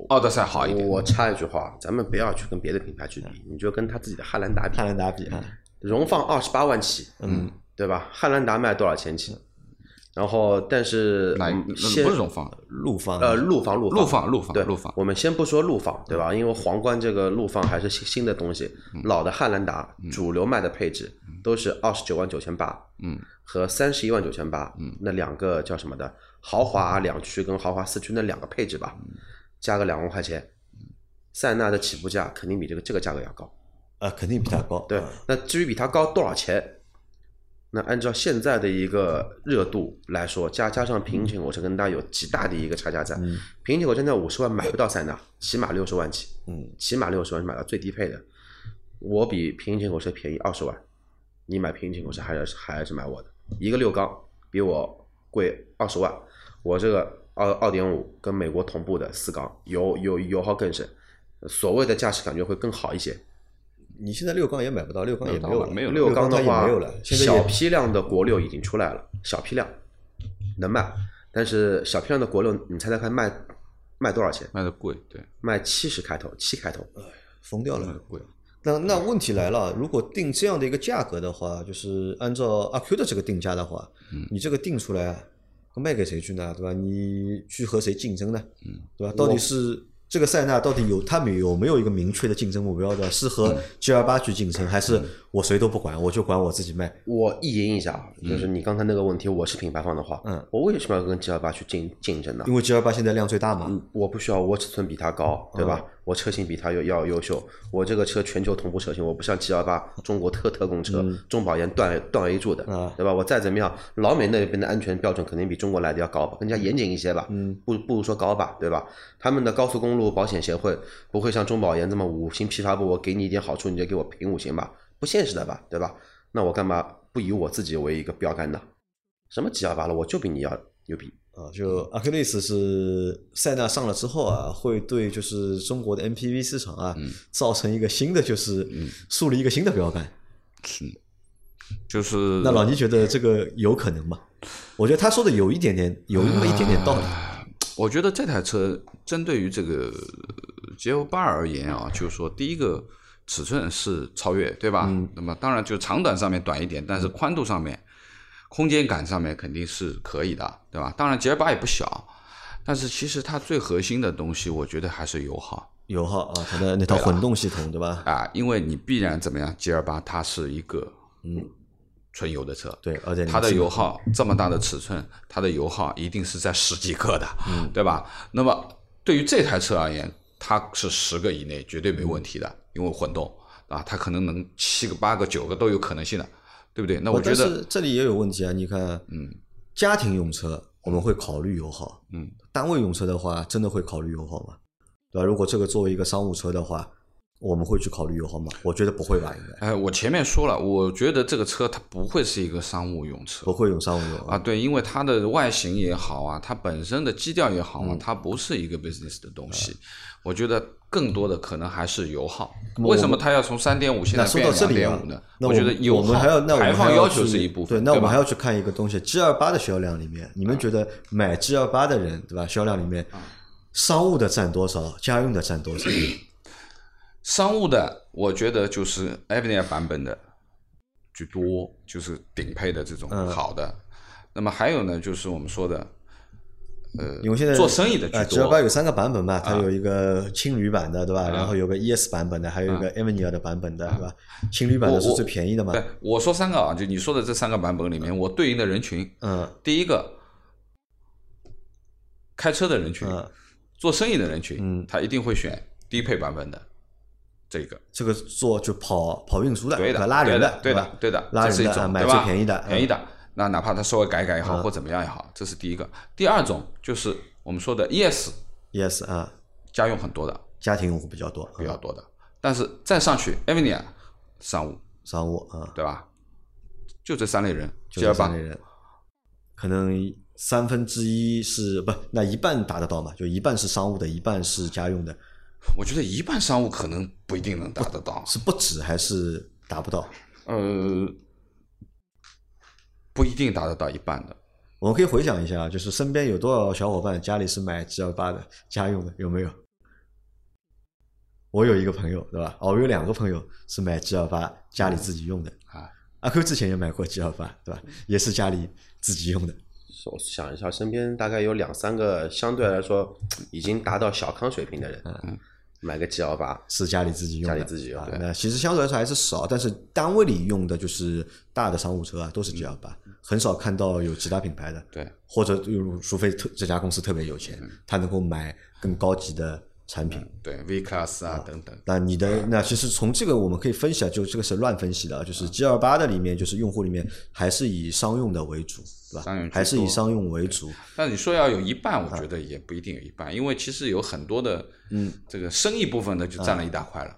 [SPEAKER 3] 奥德赛好一点。
[SPEAKER 4] 我插一句话，咱们不要去跟别的品牌去比，你就跟他自己的汉兰达比
[SPEAKER 2] 汉，兰达比啊，
[SPEAKER 4] 荣放二十八万起，嗯，对吧？汉兰达卖多少钱起？然后，但是
[SPEAKER 3] 哪一
[SPEAKER 4] 嗯
[SPEAKER 3] 那
[SPEAKER 4] 先
[SPEAKER 3] 不是荣放，
[SPEAKER 2] 陆放
[SPEAKER 4] 呃，陆放陆
[SPEAKER 3] 陆放陆放
[SPEAKER 4] 对
[SPEAKER 3] 陆放
[SPEAKER 4] 我们先不说陆放，对吧？因为皇冠这个陆放还是新新的东西，
[SPEAKER 3] 嗯
[SPEAKER 4] 老的汉兰达主流卖的配置都是二十九万九千八，
[SPEAKER 3] 嗯，
[SPEAKER 4] 和三十一万九千八，嗯，那两个叫什么的豪
[SPEAKER 3] 嗯
[SPEAKER 4] 华两驱跟豪华四驱那两个配置吧，加个两万块钱，
[SPEAKER 3] 嗯
[SPEAKER 4] 塞纳的起步价肯定比这个这个价格要高。
[SPEAKER 2] 啊，肯定比它高。
[SPEAKER 4] 对
[SPEAKER 2] 啊，
[SPEAKER 4] 那至于比它高多少钱，那按照现在的一个热度来说，加加上平行口车跟它有极大的一个差价在。
[SPEAKER 2] 嗯
[SPEAKER 4] 平行口现在五十万买不到塞纳，起码六十万起，
[SPEAKER 2] 嗯，
[SPEAKER 4] 起码六十万是买到最低配的。我比平行口车便宜二十万，你买平行口车还是还是买我的一个六缸，比我贵二十万。我这个二二点五跟美国同步的四缸，油油油耗更省，所谓的驾驶感觉会更好一些。
[SPEAKER 2] 你现在六缸也买不到，六缸也没有了，
[SPEAKER 3] 没有了
[SPEAKER 4] 六缸的
[SPEAKER 2] 它
[SPEAKER 4] 话，
[SPEAKER 2] 也没有了，现在
[SPEAKER 4] 小
[SPEAKER 2] 也
[SPEAKER 4] 批量的国六已经出来了，小批量能卖，但是小批量的国六，你猜猜看卖卖多少钱？
[SPEAKER 3] 卖的贵，对，
[SPEAKER 4] 卖七十开头，七开头。
[SPEAKER 2] 疯掉
[SPEAKER 3] 卖
[SPEAKER 2] 了
[SPEAKER 3] 的。贵。
[SPEAKER 2] 那那问题来了，如果定这样的一个价格的话，就是按照阿 Q 的这个定价的话，你这个定出来，卖给谁去呢？对吧？你去和谁竞争呢？嗯，对吧？到底是这个塞纳到底有他们有没有一个明确的竞争目标的？是和 G 2 8去竞争，还是我谁都不管，我就管我自己卖？
[SPEAKER 4] 我意淫一下啊，就是你刚才那个问题，我是品牌方的话，
[SPEAKER 2] 嗯，
[SPEAKER 4] 我为什么要跟 G 幺八去竞竞争呢
[SPEAKER 2] 因？为 G 2 8现在量最大嘛。
[SPEAKER 4] 我不需要，我尺寸比它高，对吧？我车型比它要要优秀，我这个车全球同步车型，我不像 G 幺八中国特特供车、中保研段段 A 柱的，
[SPEAKER 2] 啊
[SPEAKER 4] 对吧？我再怎么样，老美那边的安全标准肯定比中国来的要高吧，更加严谨一些吧，嗯，不不如说高吧，对吧？他们的高速公路保险协会不会像中保研这么五星批发部，我给你一点好处你就给我评五星吧，不现实的吧，对吧？那我干嘛不以我自己为一个标杆呢？什么 G 幺八了，我就比你要牛逼，
[SPEAKER 2] 啊，就阿 Q 的意思是，塞纳上了之后啊，会对就是中国的 MPV 市场啊，
[SPEAKER 3] 嗯
[SPEAKER 2] 造成一个新的就是树立一个新的标杆。
[SPEAKER 3] 就是
[SPEAKER 2] 那老倪觉得这个有可能吗？我觉得他说的有一点点，有那么一点点道理。
[SPEAKER 3] 啊呃我觉得这台车针对于这个 G L 八而言啊，就是说第一个尺寸是超越，对吧？
[SPEAKER 2] 嗯
[SPEAKER 3] 那么当然就长短上面短一点，但是宽度上面、空间感上面肯定是可以的，对吧？当然 G L 八也不小，但是其实它最核心的东西，我觉得还是油耗。
[SPEAKER 2] 油耗啊，它的那套混动系统对吧？
[SPEAKER 3] 啊，因为你必然怎么样，G L 八它是一个嗯纯油的车，
[SPEAKER 2] 对，而且
[SPEAKER 3] 它的油耗这么大的尺寸，它的油耗一定是在十几克的， 对吧？那么对于这台车而言，它是十个以内绝对没问题的，因为混动啊，它可能能七个、八个、九个都有可能性的，对不对？那我觉
[SPEAKER 2] 但
[SPEAKER 3] 得
[SPEAKER 2] 是这里也有问题啊，你看，嗯，家庭用车我们会考虑油耗，
[SPEAKER 3] 嗯，
[SPEAKER 2] 单位用车的话，真的会考虑油耗吗？对吧？如果这个作为一个商务车的话，我们会去考虑油耗吗？我觉得不会吧，应该
[SPEAKER 3] 哎，我前面说了，我觉得这个车它不会是一个商务用车
[SPEAKER 2] 不会用商务油
[SPEAKER 3] 啊，。对，因为它的外形也好啊，它本身的基调也好
[SPEAKER 2] 嗯
[SPEAKER 3] 啊，它不是一个 business 的东西。我觉得更多的可能还是油耗。
[SPEAKER 2] 么我
[SPEAKER 3] 为什么它要从三点五现
[SPEAKER 2] 那
[SPEAKER 3] 在
[SPEAKER 2] 说
[SPEAKER 3] 变
[SPEAKER 2] 到这
[SPEAKER 3] 两
[SPEAKER 2] 里
[SPEAKER 3] 点
[SPEAKER 2] 啊
[SPEAKER 3] 五呢？，
[SPEAKER 2] 那
[SPEAKER 3] 觉
[SPEAKER 2] 们
[SPEAKER 3] 得油
[SPEAKER 2] 我
[SPEAKER 3] 耗
[SPEAKER 2] 们还要那我
[SPEAKER 3] 排
[SPEAKER 2] 们还
[SPEAKER 3] 放
[SPEAKER 2] 要
[SPEAKER 3] 要求
[SPEAKER 2] 去
[SPEAKER 3] 是一部分，
[SPEAKER 2] 对，那我们
[SPEAKER 3] 吧啊
[SPEAKER 2] 还要去看一个东西，G 二八的销量里面，你们觉得买 G 二八的人对吧？销量里面，商务的占多少？家用的占多 少？
[SPEAKER 3] 商务的，我觉得就是 a v e n i r 版本的居多，就是顶配的这种
[SPEAKER 2] 嗯
[SPEAKER 3] 好的。那么还有呢，就是我们说的，呃，
[SPEAKER 2] 因为现在
[SPEAKER 3] 做生意的
[SPEAKER 2] 呃
[SPEAKER 3] 居
[SPEAKER 2] G 二八
[SPEAKER 3] 多。啊
[SPEAKER 2] 有三个版本嘛，它有一个青旅版的对吧？然后有个 ES 版本的，还有一个 a v e n i r 的版本的对吧？青旅版的是
[SPEAKER 3] 啊我我
[SPEAKER 2] 最便宜的嘛？
[SPEAKER 3] 对，我说三个啊，就你说的这三个版本里面，我对应的人群，
[SPEAKER 2] 嗯
[SPEAKER 3] 第一个开车的人群，
[SPEAKER 2] 嗯，
[SPEAKER 3] 做生意的人群，
[SPEAKER 2] 嗯
[SPEAKER 3] 他一定会选低配版本的这个。
[SPEAKER 2] 这个做就跑跑运输的，
[SPEAKER 3] 对
[SPEAKER 2] 吧
[SPEAKER 3] 的，
[SPEAKER 2] 呃拉人
[SPEAKER 3] 的，对
[SPEAKER 2] 的，
[SPEAKER 3] 对
[SPEAKER 2] 的
[SPEAKER 3] 的，
[SPEAKER 2] 拉
[SPEAKER 3] 这是
[SPEAKER 2] 人
[SPEAKER 3] 一
[SPEAKER 2] 的啊，
[SPEAKER 3] 种，
[SPEAKER 2] 买
[SPEAKER 3] 对
[SPEAKER 2] 最
[SPEAKER 3] 吧？
[SPEAKER 2] 便宜的，
[SPEAKER 3] 便宜
[SPEAKER 2] 的，
[SPEAKER 3] 的，那哪怕它稍微改改也好，
[SPEAKER 2] 嗯
[SPEAKER 3] 或怎么样也好，这是第一个。第二种就是我们说的 ES
[SPEAKER 2] yes 啊，
[SPEAKER 3] 家用很多的，
[SPEAKER 2] 家庭用户比较多，
[SPEAKER 3] 比较
[SPEAKER 2] 嗯
[SPEAKER 3] 多的，但是再上去 a v e n i a 商务，
[SPEAKER 2] 商务啊，
[SPEAKER 3] 对吧？就这三类人
[SPEAKER 2] 就
[SPEAKER 3] ，G
[SPEAKER 2] 是
[SPEAKER 3] 二
[SPEAKER 2] 三
[SPEAKER 3] 八
[SPEAKER 2] 类人，可能三分之一是不那一半达得到嘛，就一半是商务的，一半是家用的，
[SPEAKER 3] 我觉得一半商务可能不一定能达得到，
[SPEAKER 2] 是不止还是达不到？
[SPEAKER 3] 呃，不一定达得到一半的。
[SPEAKER 2] 我们可以回想一下，就是身边有多少小伙伴家里是买 G 二八的家用的，有没有？我有一个朋友，对吧？哦，我有两个朋友是买 G 二八家里自己用的
[SPEAKER 3] 啊。
[SPEAKER 2] 阿 Q 之前也买过 G 二八，对吧？也是家里自己用的。
[SPEAKER 4] 我想一下，身边大概有两三个相对来说已经达到小康水平的人，买个 G 幺八，
[SPEAKER 2] 是家里自己用的，
[SPEAKER 4] 家里自己用
[SPEAKER 2] 啊
[SPEAKER 4] 对
[SPEAKER 2] 那其实相对来说还是少，但是单位里用的就是大的商务车啊，都是 G 2 8很少看到有其他品牌的，
[SPEAKER 3] 嗯对，嗯
[SPEAKER 2] 或者有除非特这家公司特别有钱，他能够买更高级的产品。
[SPEAKER 3] 对 V Class
[SPEAKER 2] 哦
[SPEAKER 3] 啊等等，
[SPEAKER 2] 那你的那其实从这个我们可以分析啊，就这个是乱分析的啊，就是
[SPEAKER 3] 嗯
[SPEAKER 2] G 2 8的里面，就是用户里面还是以商用的为主，对
[SPEAKER 3] 商
[SPEAKER 2] 吧
[SPEAKER 3] 用居？多
[SPEAKER 2] 还是以商用为主，
[SPEAKER 3] 但你说要有一半，
[SPEAKER 2] 嗯
[SPEAKER 3] 我觉得也不一定有一半，因为其实有很多的，嗯，这个生意部分的就占了一大块了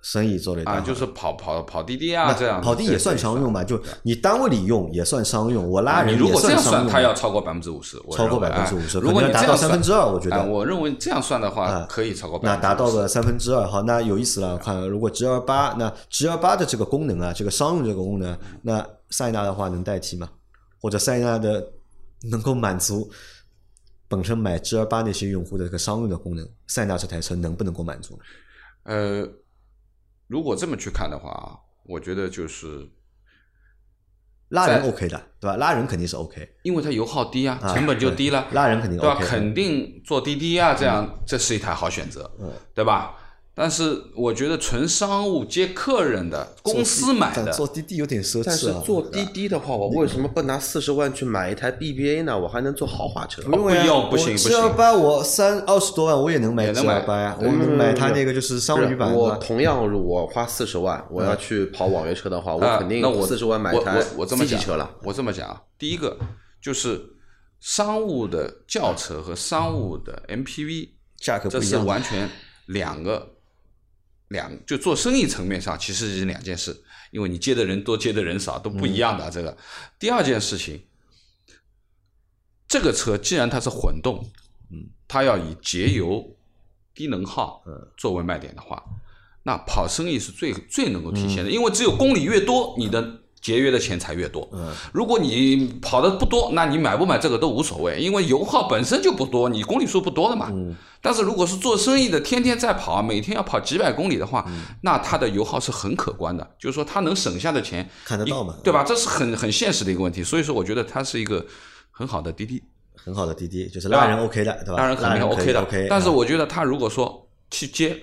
[SPEAKER 2] 生意做了一嗯大
[SPEAKER 3] 啊，
[SPEAKER 2] 好
[SPEAKER 3] 就是跑跑跑滴滴啊
[SPEAKER 2] 那
[SPEAKER 3] 这样的，
[SPEAKER 2] 跑地
[SPEAKER 3] 这
[SPEAKER 2] 也算商用吧？就你单位里用也算商用，我拉
[SPEAKER 3] 啊你
[SPEAKER 2] 人
[SPEAKER 3] 如
[SPEAKER 2] 也
[SPEAKER 3] 果这样
[SPEAKER 2] 商用
[SPEAKER 3] 算，
[SPEAKER 2] 吧。
[SPEAKER 3] 它要超过百分之五十，我
[SPEAKER 2] 超过
[SPEAKER 3] 认为哎
[SPEAKER 2] 50%
[SPEAKER 3] 如果
[SPEAKER 2] 可能
[SPEAKER 3] 你
[SPEAKER 2] 达
[SPEAKER 3] 这
[SPEAKER 2] 到
[SPEAKER 3] 样算
[SPEAKER 2] 2%我觉得
[SPEAKER 3] 哎我认为这样算的话
[SPEAKER 2] 啊，
[SPEAKER 3] 可以超过百
[SPEAKER 2] 那
[SPEAKER 3] 分之
[SPEAKER 2] 达到个三分之二，好，那有意思了。我看如果 G 二八，那 G 二八的这个功能啊，这个商用这个功能，那塞纳的话能代替吗？或者塞纳的能够满足本身买 G 二八那些用户的这个商用的功能，塞纳这台车能不能够满足呢？
[SPEAKER 3] 呃，如果这么去看的话啊，我觉得就是
[SPEAKER 2] 拉人 OK 的，对吧？拉人肯定是 OK，
[SPEAKER 3] 因为它油耗低啊，
[SPEAKER 2] 啊
[SPEAKER 3] 成本就低了，
[SPEAKER 2] 拉人肯定
[SPEAKER 3] 对吧？
[SPEAKER 2] OK，
[SPEAKER 3] 肯定做滴滴啊，这
[SPEAKER 4] 嗯
[SPEAKER 3] 样这是一台好选择，
[SPEAKER 2] 嗯
[SPEAKER 3] 对吧？但是我觉得纯商务接客人的公司买
[SPEAKER 2] 但
[SPEAKER 3] 的，
[SPEAKER 2] 坐滴滴有点奢侈啊。
[SPEAKER 4] 但是坐滴滴的话，我为什么不拿四十万去买一台 BBA 呢？我还能坐豪华车。
[SPEAKER 2] 不用呀，
[SPEAKER 3] 不用不行不
[SPEAKER 2] 七
[SPEAKER 3] 行
[SPEAKER 2] 二八我三二十多万我也能买
[SPEAKER 3] 也
[SPEAKER 2] G
[SPEAKER 3] 能买
[SPEAKER 2] 二八呀，我能买它那个就是商
[SPEAKER 4] 不
[SPEAKER 2] 务
[SPEAKER 4] 是
[SPEAKER 2] 版
[SPEAKER 4] 我
[SPEAKER 2] 的。
[SPEAKER 4] 同样，如果花四十万，我
[SPEAKER 2] 嗯
[SPEAKER 4] 要去跑网约车的话，
[SPEAKER 3] 啊
[SPEAKER 4] 我肯定
[SPEAKER 3] 那我
[SPEAKER 4] 四十万买一
[SPEAKER 3] 我
[SPEAKER 4] 台
[SPEAKER 3] 我我这么
[SPEAKER 4] C 级
[SPEAKER 3] 讲
[SPEAKER 4] 车了。
[SPEAKER 3] 我这么讲啊，第一个就是商务的轿车和商务的 MPV
[SPEAKER 2] 价格不
[SPEAKER 3] 这
[SPEAKER 2] 一
[SPEAKER 3] 是
[SPEAKER 2] 样的
[SPEAKER 3] 完全两个两就做生意层面上其实是两件事，因为你接的人多接的人少都不一样
[SPEAKER 2] 嗯
[SPEAKER 3] 的、啊这个。第二件事情，这个车既然它是混动，嗯，它要以节油、低能耗
[SPEAKER 2] 嗯
[SPEAKER 3] 作为卖点的话，那跑生意是最最能够体
[SPEAKER 2] 嗯
[SPEAKER 3] 现的，因为只有公里越多，你的节约的钱才越多。
[SPEAKER 2] 嗯，
[SPEAKER 3] 如果你跑的不多，那你买不买这个都无所谓，因为油耗本身就不多，你公里数不多的嘛。嗯、但是如果是做生意的，天天在跑，啊每天要跑几百公里的话，
[SPEAKER 2] 嗯
[SPEAKER 3] 那它的油耗是很可观的，就是说它能省下的钱
[SPEAKER 2] 看得到嘛嗯
[SPEAKER 3] 一对吧？这是很很现实的一个问题，所以说我觉得它是一个很好的滴滴。
[SPEAKER 2] 很好的滴滴，就是拉人 OK 的，对吧？
[SPEAKER 3] 当然肯
[SPEAKER 2] 拉
[SPEAKER 3] 定
[SPEAKER 2] 人
[SPEAKER 3] OK 的。
[SPEAKER 2] OK。啊
[SPEAKER 3] 但是我觉得他如果说去接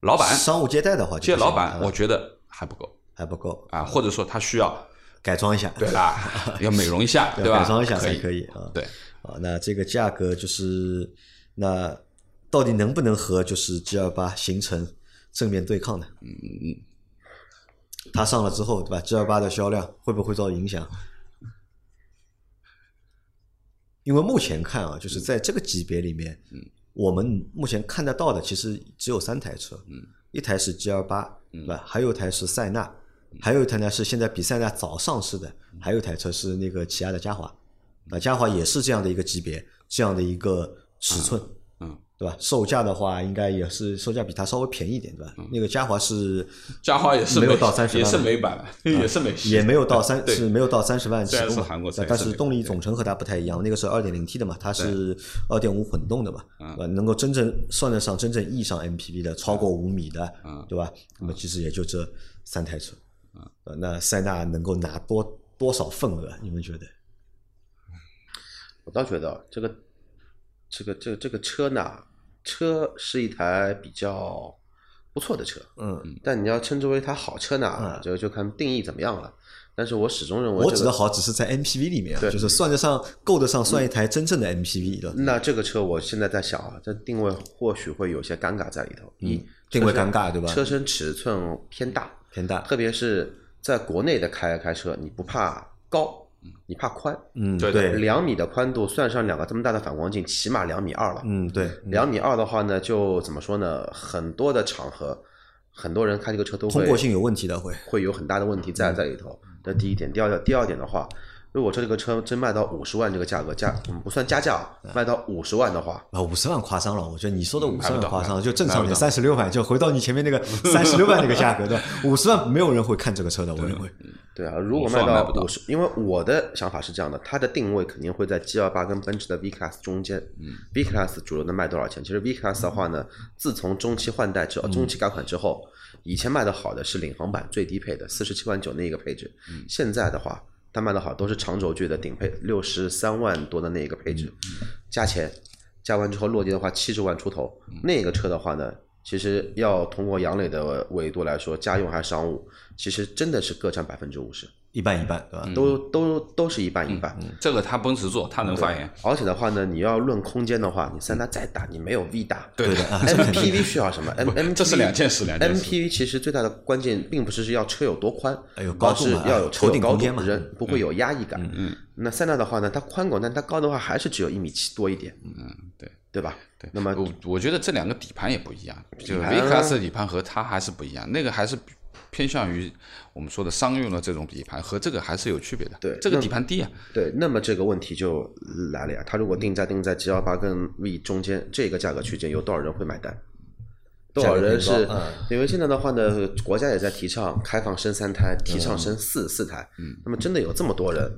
[SPEAKER 3] 老板，
[SPEAKER 2] 商务接待的话就
[SPEAKER 3] 接
[SPEAKER 2] 不行，
[SPEAKER 3] 老板，
[SPEAKER 2] 嗯
[SPEAKER 3] 我觉得还不够
[SPEAKER 2] 还不够，
[SPEAKER 3] 啊，或者说他需要
[SPEAKER 2] 改装一下，
[SPEAKER 3] 对 吧？要美容一下，
[SPEAKER 2] 要
[SPEAKER 3] 对吧？
[SPEAKER 2] 改装一下才
[SPEAKER 3] 可
[SPEAKER 2] 可
[SPEAKER 3] 以。
[SPEAKER 2] 以啊。
[SPEAKER 3] 对，
[SPEAKER 2] 啊，那这个价格就是那到底能不能和就是 G 二八形成正面对抗呢？嗯，它上了之后，对吧？G 二八的销量会不会受到影响？因为目前看啊，就是在这个级别里面，我们目前看得到的其实只有三台车，嗯，一台是 G 2 8对
[SPEAKER 3] 嗯
[SPEAKER 2] 吧？还有一台是塞纳，还有一台呢是现在比塞纳早上市的，
[SPEAKER 3] 嗯
[SPEAKER 2] 还有一台车是那个起亚的嘉华，那嘉华也是这样的一个级别，这样的一个尺寸，
[SPEAKER 3] 嗯，
[SPEAKER 2] 对吧？售价的话，应该也是售价比它稍微便宜一点，对吧？那个嘉华是
[SPEAKER 3] 嗯嘉华也是
[SPEAKER 2] 没有
[SPEAKER 3] 美
[SPEAKER 2] 到30
[SPEAKER 3] 也是
[SPEAKER 2] 万啊
[SPEAKER 3] 美版， 也是美系，
[SPEAKER 2] 也没有到三
[SPEAKER 3] 对
[SPEAKER 2] 是没有到三十万起
[SPEAKER 3] 虽然
[SPEAKER 2] 步
[SPEAKER 3] 是
[SPEAKER 2] 嘛
[SPEAKER 3] 韩国车
[SPEAKER 2] 但
[SPEAKER 3] 也
[SPEAKER 2] 但
[SPEAKER 3] 是
[SPEAKER 2] 是
[SPEAKER 3] 美
[SPEAKER 2] 动力
[SPEAKER 3] 对
[SPEAKER 2] 总成和它不太一样，那个是二点零 T 的嘛，它是二点五混动的嘛，
[SPEAKER 3] 嗯
[SPEAKER 2] 对吧？能够真正算得上真正意义上 MPV 的超过五米的
[SPEAKER 3] 嗯，
[SPEAKER 2] 对吧？那么其实也就这三台车，呃那塞纳能够拿多多少份额？你们觉得？
[SPEAKER 4] 我倒觉得这个这个这个这个车呢，车是一台比较不错的车，
[SPEAKER 2] 嗯，
[SPEAKER 4] 但你要称之为它好车呢
[SPEAKER 2] 嗯，
[SPEAKER 4] 就就看定义怎么样了。但是我始终认为、这个，
[SPEAKER 2] 我指的好只是在 MPV 里面啊，
[SPEAKER 4] 对
[SPEAKER 2] 就是算得上够得上算一台真正的 MPV 的，
[SPEAKER 4] 那这个车我现在在想啊，这定位或许会有些尴尬在里
[SPEAKER 2] 嗯
[SPEAKER 4] 头。一、
[SPEAKER 2] 定位
[SPEAKER 4] 车身
[SPEAKER 2] 尴尬对吧？
[SPEAKER 4] 车身尺寸偏大，
[SPEAKER 2] 偏大，
[SPEAKER 4] 特别是在国内的开开车，你不怕高，你怕宽。
[SPEAKER 2] 嗯，
[SPEAKER 3] 对的
[SPEAKER 2] 对，
[SPEAKER 4] 两米的宽度，算上两个这么大的反光镜，起码两米二了。
[SPEAKER 2] 嗯，对，嗯
[SPEAKER 4] 两米二的话呢，就怎么说呢？很多的场合，很多人开这个车都
[SPEAKER 2] 通
[SPEAKER 4] 会
[SPEAKER 2] 过性有嗯问题的会，
[SPEAKER 4] 会有很大的问题在在里头。这第一点，第二点，第二点的话，如果这个车真卖到五十万这个价格，价我们不算加价，
[SPEAKER 2] 嗯
[SPEAKER 4] 啊，卖到五十万的话，
[SPEAKER 2] 啊，五十万夸张了，我觉得你说的五十
[SPEAKER 3] 买
[SPEAKER 2] 万
[SPEAKER 3] 嗯不到
[SPEAKER 2] 夸张
[SPEAKER 3] 买
[SPEAKER 2] 了，
[SPEAKER 3] 不
[SPEAKER 2] 就正常点，
[SPEAKER 3] 买不到
[SPEAKER 2] 三十六万，就回到你前面那 个三十六万那个价格对吧？五十万没有人会看这个车的，我认为，
[SPEAKER 4] 对啊，如果
[SPEAKER 3] 50万
[SPEAKER 4] 卖
[SPEAKER 3] 卖
[SPEAKER 4] 到
[SPEAKER 3] 不到
[SPEAKER 4] 五十，因为我的想法是这样的，它的定位肯定会在 G 2 8跟奔驰的 V Class 中间。嗯，V Class 主流能卖多少钱？其实 V Class 的话呢，自从中期换代之
[SPEAKER 3] 嗯
[SPEAKER 4] 后，中期改款之后，以前卖的好的是领航版最低配的四十七万九那一个配置，
[SPEAKER 3] 嗯
[SPEAKER 4] 现在的话，它卖的好都是长轴距的顶配六十三万多的那一个配置，
[SPEAKER 3] 嗯
[SPEAKER 4] 加钱加完之后落地的话七十万出头，那个车的话呢，其实要通过杨磊的维度来说，家用还是商务，其实真的是各占百分之五十。
[SPEAKER 2] 一半一半对
[SPEAKER 3] 嗯
[SPEAKER 2] 吧？
[SPEAKER 4] 都都都是一半一半。
[SPEAKER 2] 嗯
[SPEAKER 3] 这个他奔驰做，他能发言。
[SPEAKER 4] 而且的话呢，你要论空间的话，你三大再大，你没有 V 大。
[SPEAKER 3] 对的，
[SPEAKER 4] MPV 需要什么？M M，M M
[SPEAKER 3] 这是两件事两件事
[SPEAKER 4] MPV 其实最大的关键并不是是要车有多宽，
[SPEAKER 2] 哎有高
[SPEAKER 4] 而
[SPEAKER 2] 度
[SPEAKER 4] 是
[SPEAKER 2] 嘛
[SPEAKER 4] 要有
[SPEAKER 2] 头顶
[SPEAKER 4] 高
[SPEAKER 2] 空
[SPEAKER 4] 度
[SPEAKER 2] 间嘛
[SPEAKER 4] 人不会有压抑感。嗯，那塞纳的话呢，它宽广，但它高的话还是只有一米七多一点。嗯，
[SPEAKER 3] 对
[SPEAKER 4] 对吧？
[SPEAKER 3] 对，
[SPEAKER 4] 那么
[SPEAKER 3] 我我觉得这两个底盘也不一样，就
[SPEAKER 4] 底
[SPEAKER 3] V
[SPEAKER 4] 盘啊
[SPEAKER 3] Class 的底盘和它还是不一样，那个还是偏向于我们说的商用的这种底盘，和这个还是有区别的。
[SPEAKER 4] 对
[SPEAKER 3] 这个
[SPEAKER 4] 那
[SPEAKER 3] 底盘低啊，
[SPEAKER 4] 对，那么这个问题就来了呀。它如果定价定在 G 幺八跟 V 中间这个价格区间，有多少人会买单？多少人
[SPEAKER 2] 价格
[SPEAKER 4] 是
[SPEAKER 2] 偏高嗯？
[SPEAKER 4] 因为现在的话呢，国家也在提倡开放生三胎，提倡生四四胎。
[SPEAKER 2] 嗯
[SPEAKER 4] 那么真的有这么多人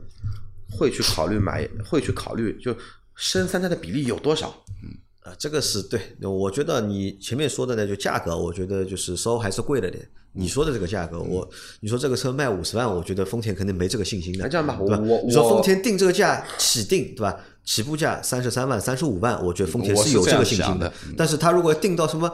[SPEAKER 4] 会去考虑买，会去考虑就生三胎的比例有多少？
[SPEAKER 2] 啊，这个是对，我觉得你前面说的呢，就价格，我觉得就是稍微还是贵了点。你说的这个价
[SPEAKER 3] 嗯
[SPEAKER 2] 格，我你说这个车卖五十万，我觉得丰田肯定没这个信心的。
[SPEAKER 4] 那这样吧
[SPEAKER 2] 对吧？
[SPEAKER 4] 我我
[SPEAKER 2] 你说
[SPEAKER 4] 我
[SPEAKER 2] 丰田定这个价起定对吧？起步价三十三万、三十五万，我觉得丰田
[SPEAKER 3] 我是
[SPEAKER 2] 有这
[SPEAKER 3] 这
[SPEAKER 2] 个
[SPEAKER 3] 样
[SPEAKER 2] 信心
[SPEAKER 3] 想的嗯
[SPEAKER 2] 的。但是他如果定到什么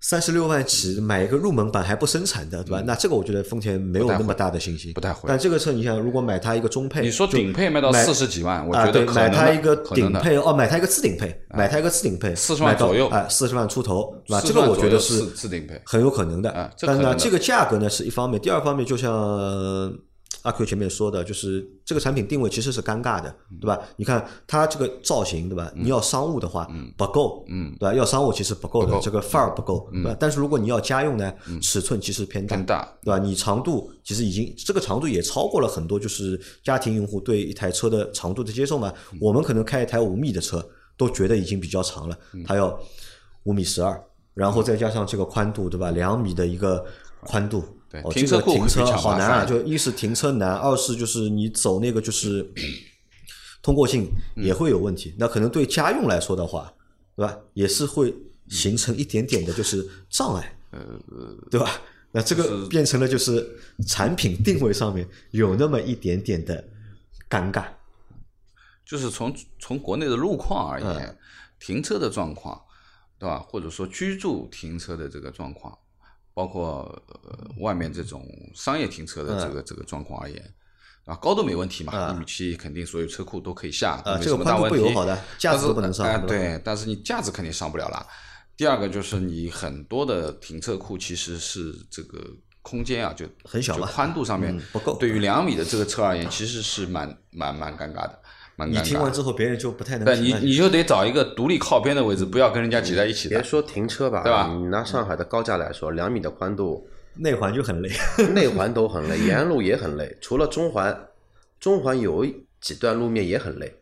[SPEAKER 2] 三十六万起买一个入门版还不生产的，对吧？那这个我觉得丰田没有
[SPEAKER 3] 嗯不太
[SPEAKER 2] 那么
[SPEAKER 3] 会
[SPEAKER 2] 大的信心，
[SPEAKER 3] 不太会
[SPEAKER 2] 但这个车你想，如果买它一个中配，
[SPEAKER 3] 你说
[SPEAKER 2] 就
[SPEAKER 3] 顶配卖到
[SPEAKER 2] 买
[SPEAKER 3] 四十几万，我
[SPEAKER 2] 啊，
[SPEAKER 3] 觉
[SPEAKER 2] 对，
[SPEAKER 3] 得可能
[SPEAKER 2] 买它
[SPEAKER 3] 的
[SPEAKER 2] 一个
[SPEAKER 3] 可能
[SPEAKER 2] 顶
[SPEAKER 3] 的
[SPEAKER 2] 配哦，买它一个次顶配，买它一个次顶配，
[SPEAKER 3] 40万
[SPEAKER 2] 买到
[SPEAKER 3] 左右
[SPEAKER 2] 哎，四十万出头，是吧？
[SPEAKER 3] 40
[SPEAKER 2] 这个我觉得
[SPEAKER 3] 左
[SPEAKER 2] 是
[SPEAKER 3] 右次次顶配
[SPEAKER 2] 很有可能的。
[SPEAKER 3] 啊这
[SPEAKER 2] 但是
[SPEAKER 3] 可
[SPEAKER 2] 呢，
[SPEAKER 3] 能的
[SPEAKER 2] 这个价格呢是一方面，第二方面就像呃阿 Q 前面说的，就是这个产品定位其实是尴尬的，
[SPEAKER 3] 嗯
[SPEAKER 2] 对吧？你看它这个造型，对吧？你要商务的话不够，
[SPEAKER 3] 嗯，
[SPEAKER 2] 对吧？要商务其实不够
[SPEAKER 3] 不
[SPEAKER 2] 的，
[SPEAKER 3] 够嗯
[SPEAKER 2] 这个范儿不够，对吧？但是如果你要家用呢，尺寸其实偏大
[SPEAKER 3] 偏，大。
[SPEAKER 2] 对吧？你长度其实已经这个长度也超过了很多，就是家庭用户对一台车的长度的接受嘛。
[SPEAKER 3] 嗯
[SPEAKER 2] 我们可能开一台五米的车都觉得已经比较长了，
[SPEAKER 3] 嗯
[SPEAKER 2] 它要五米十二，然后再加上这个宽度，对吧？两米的一个宽度。
[SPEAKER 3] 对
[SPEAKER 2] 哦，
[SPEAKER 3] 停
[SPEAKER 2] 这
[SPEAKER 3] 车
[SPEAKER 2] 个
[SPEAKER 3] 库
[SPEAKER 2] 停
[SPEAKER 3] 会
[SPEAKER 2] 车
[SPEAKER 3] 比较
[SPEAKER 2] 好
[SPEAKER 3] 麻
[SPEAKER 2] 难啊！
[SPEAKER 3] 烦
[SPEAKER 2] 就一是停车难，二是就是你走那个就是
[SPEAKER 3] 嗯
[SPEAKER 2] 通过性也会有问题。那可能对家用来说的话，对吧？也是会形成一点点的就是障碍。
[SPEAKER 3] 嗯呃
[SPEAKER 2] 对吧？那这个变成了就是产品定位上面有那么一点点的尴尬。
[SPEAKER 3] 就是从从国内的路况而言，
[SPEAKER 2] 嗯
[SPEAKER 3] 停车的状况，对吧？或者说居住停车的这个状况，包括呃外面这种商业停车的
[SPEAKER 2] 嗯
[SPEAKER 3] 这个、这个状况而言，啊，高度没问题嘛，一、米七肯定所有车库都可以下，
[SPEAKER 2] 啊
[SPEAKER 3] 没
[SPEAKER 2] 这
[SPEAKER 3] 什
[SPEAKER 2] 个
[SPEAKER 3] 么
[SPEAKER 2] 宽
[SPEAKER 3] 大
[SPEAKER 2] 度
[SPEAKER 3] 问
[SPEAKER 2] 不
[SPEAKER 3] 题。
[SPEAKER 2] 友好的架
[SPEAKER 3] 但
[SPEAKER 2] 子
[SPEAKER 3] 是
[SPEAKER 2] 都不能上
[SPEAKER 3] 哎
[SPEAKER 2] 对吧
[SPEAKER 3] 对，但是你架子肯定上不了啦。第二个就是你很多的停车库其实是这个空间啊，就
[SPEAKER 2] 很小
[SPEAKER 3] 就
[SPEAKER 2] 嘛
[SPEAKER 3] 宽度上面、
[SPEAKER 2] 嗯不够
[SPEAKER 3] 对于两米的这个车而言，其实是蛮蛮蛮尴尬的。蛮
[SPEAKER 2] 你
[SPEAKER 3] 尴
[SPEAKER 2] 听完
[SPEAKER 3] 尬
[SPEAKER 2] 之
[SPEAKER 3] 的。
[SPEAKER 2] 后，别人就不太能
[SPEAKER 3] 对
[SPEAKER 2] 评
[SPEAKER 3] 你
[SPEAKER 2] 价
[SPEAKER 3] 你就得找一个独立靠边的位置，不要跟人家挤在一起
[SPEAKER 4] 别
[SPEAKER 3] 的。
[SPEAKER 4] 说停车吧，
[SPEAKER 3] 对吧
[SPEAKER 4] 你拿上海的高架来说，两米的宽度，
[SPEAKER 2] 内环就很累。
[SPEAKER 4] 内环都很累，沿路也很累。除了中环，中环有几段路面也很累。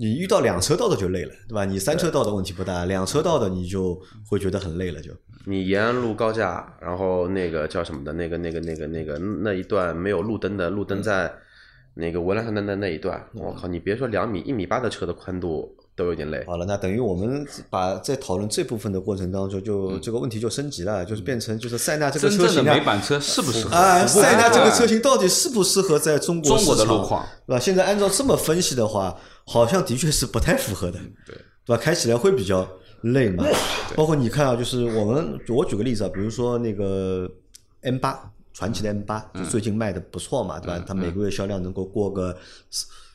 [SPEAKER 2] 你遇到两车道的就累了，对吧？你三车道的问题不大，两车道的你就会觉得很累了就。
[SPEAKER 4] 你延安路高架，然后那个叫什么的，那个那个那个那个那一段没有路灯的，路灯在那个文莱山的那那一段，
[SPEAKER 2] 嗯
[SPEAKER 4] 我靠，你别说两米一米八的车的宽度都有点累。
[SPEAKER 2] 好了，那等于我们把在讨论这部分的过程当中，就这个问题就升级了，就是变成就是塞纳这个
[SPEAKER 3] 嗯真
[SPEAKER 2] 车
[SPEAKER 3] 正的
[SPEAKER 2] 型
[SPEAKER 3] 美
[SPEAKER 2] 啊，
[SPEAKER 3] 版车适不适合？
[SPEAKER 2] 啊，
[SPEAKER 3] 符不符合
[SPEAKER 2] 塞纳这个车型到底适不适合在中国
[SPEAKER 3] 中国的
[SPEAKER 2] 市场
[SPEAKER 3] 路况，
[SPEAKER 2] 对吧？现在按照这么分析的话，好像的确是不太符合的，
[SPEAKER 3] 对
[SPEAKER 2] 对吧？开起来会比较累嘛。包括你看啊，就是我们我举个例子啊，比如说那个 M 八。传奇的 M 八就最近卖的不错嘛，对吧？它每个月销量能够过个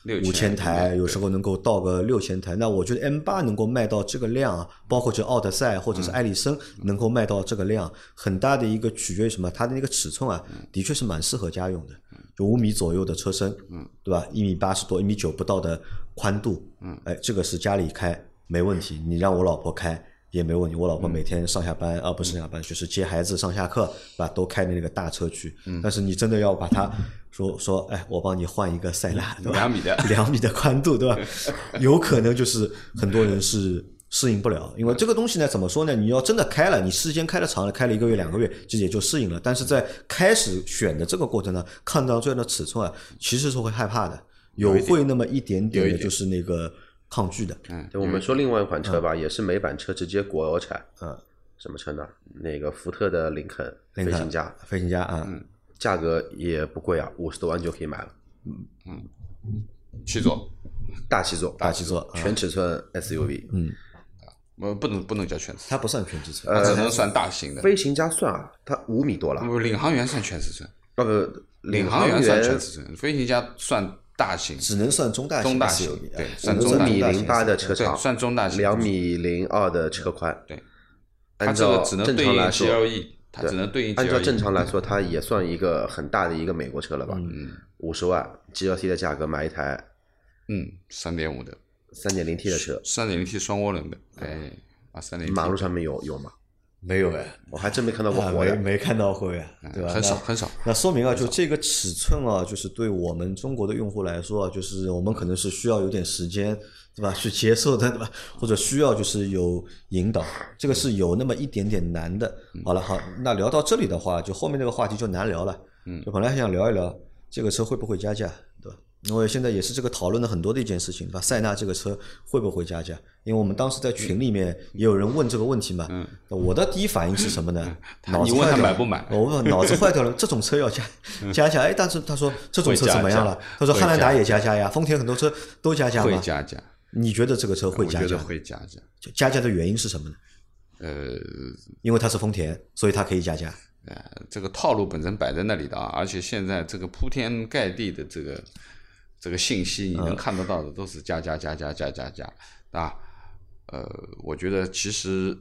[SPEAKER 3] 6000
[SPEAKER 2] 五千台，
[SPEAKER 3] 对
[SPEAKER 2] 有时候能够到个六千台。那我觉得 M 八能够卖到这个量啊，包括就奥德赛或者是艾力绅能够卖到这个量，很大的一个取决于什么？它的那个尺寸啊，的确是蛮适合家用的，就五米左右的车身，嗯，对吧？一米八十多，一米九不到的宽度，嗯，哎，这个是家里开没问题，你让我老婆开。也没问题，我老婆每天上下班、啊，不是上下班，就是接孩子上下课，对吧？都开那个大车去。但是你真的要把它说说，哎，我帮你换一个塞纳，对吧？
[SPEAKER 3] 两米的
[SPEAKER 2] 两米的宽度，对吧？有可能就是很多人是适应不了，因为这个东西呢，怎么说呢？你要真的开了，你时间开的长了，开了一个月、两个月，其实也就适应了。但是在开始选的这个过程呢，看到这样的尺寸啊，其实是会害怕的，有会那么一点点的，就是那个抗拒的。
[SPEAKER 3] 嗯，
[SPEAKER 4] 对我们说另外一款车吧，也是美版车，直接国产，
[SPEAKER 2] 嗯，
[SPEAKER 4] 什么车呢？那个福特的林肯
[SPEAKER 2] 林
[SPEAKER 4] 飞
[SPEAKER 2] 肯
[SPEAKER 4] 行家，
[SPEAKER 2] 飞行家啊，
[SPEAKER 4] 价格也不贵啊，五十多万就可以买了，
[SPEAKER 3] 七座，
[SPEAKER 4] 大七座，
[SPEAKER 2] 大七座啊
[SPEAKER 4] 全尺寸 SUV。
[SPEAKER 2] 嗯，
[SPEAKER 3] 呃，不能不能叫全尺寸，
[SPEAKER 2] 它不算全尺寸，
[SPEAKER 3] 它只能算大型的。
[SPEAKER 4] 呃飞行家算啊，它五米多了，
[SPEAKER 3] 不，领航员算全尺寸，
[SPEAKER 4] 啊不，
[SPEAKER 3] 嗯领
[SPEAKER 4] 航
[SPEAKER 3] 航员算全尺寸，飞行家算大型，
[SPEAKER 2] 只能算中大型
[SPEAKER 3] 中大型
[SPEAKER 2] SUV 啊
[SPEAKER 3] 对
[SPEAKER 2] 只
[SPEAKER 3] 算
[SPEAKER 2] 能
[SPEAKER 3] 中
[SPEAKER 4] 五
[SPEAKER 3] 大
[SPEAKER 4] 米
[SPEAKER 3] 型
[SPEAKER 4] 零八的
[SPEAKER 2] SUV
[SPEAKER 4] 车长，
[SPEAKER 3] 对算中大型
[SPEAKER 4] 两米零二的车宽。
[SPEAKER 3] 对，它
[SPEAKER 4] 按
[SPEAKER 3] 这个
[SPEAKER 4] 照
[SPEAKER 3] 只能
[SPEAKER 4] 正
[SPEAKER 3] 对
[SPEAKER 4] 常
[SPEAKER 3] 应
[SPEAKER 4] 来说，
[SPEAKER 3] GLE，它只能对应 E GLE。
[SPEAKER 4] 按照正常来说，它也算一个很大的一个美国车了吧？五十万 GLC 的价格买一台
[SPEAKER 3] 嗯，三点五的，
[SPEAKER 4] 三点零 T 的车，
[SPEAKER 3] 三点零 T 双涡轮的，哎，啊，三点零
[SPEAKER 4] 马路上面有有吗？
[SPEAKER 2] 没有哎，
[SPEAKER 4] 我还真没看到过
[SPEAKER 2] 啊，
[SPEAKER 4] 活
[SPEAKER 2] 没
[SPEAKER 4] 的。
[SPEAKER 2] 没看到会啊，对吧？
[SPEAKER 3] 哎很少
[SPEAKER 2] 那
[SPEAKER 3] 很少，
[SPEAKER 2] 那说明啊，就这个尺寸啊，就是对我们中国的用户来说啊，就是我们可能是需要有点时间，对吧？去接受的，对吧？ 或者需要就是有引导，这个是有那么一点点难的。
[SPEAKER 3] 嗯
[SPEAKER 2] 好了，好，那聊到这里的话，就后面这个话题就难聊了。嗯，就本来还想聊一聊这个车会不会加价，对吧？因为现在也是这个讨论了很多的一件事情，对吧？塞纳这个车会不会加价？因为我们当时在群里面也有人问这个问题嘛。嗯，我的第一反应是什么呢？脑子
[SPEAKER 3] 你问 他
[SPEAKER 2] 坏掉了
[SPEAKER 3] 买不买
[SPEAKER 2] 我问脑子坏掉了，这种车要加加价？哎，但是他说这种车怎么样了
[SPEAKER 3] 嗯会加价？
[SPEAKER 2] 他说
[SPEAKER 3] 会
[SPEAKER 2] 汉兰达
[SPEAKER 3] 加
[SPEAKER 2] 也加价呀，丰田很多车都加价
[SPEAKER 3] 会
[SPEAKER 2] 嘛。
[SPEAKER 3] 加价，
[SPEAKER 2] 你觉得这个车会
[SPEAKER 3] 我
[SPEAKER 2] 加
[SPEAKER 3] 觉
[SPEAKER 2] 价
[SPEAKER 3] 得
[SPEAKER 2] 吗？
[SPEAKER 3] 会加价。
[SPEAKER 2] 加价的原因是什么呢？
[SPEAKER 3] 呃，
[SPEAKER 2] 因为它是丰田，所以它可以加价。
[SPEAKER 3] 呃，这个套路本身摆在那里的啊，而且现在这个铺天盖地的这个这个信息，你
[SPEAKER 2] 嗯
[SPEAKER 3] 能看得到的都是加加加加加加加，啊，呃，我觉得其实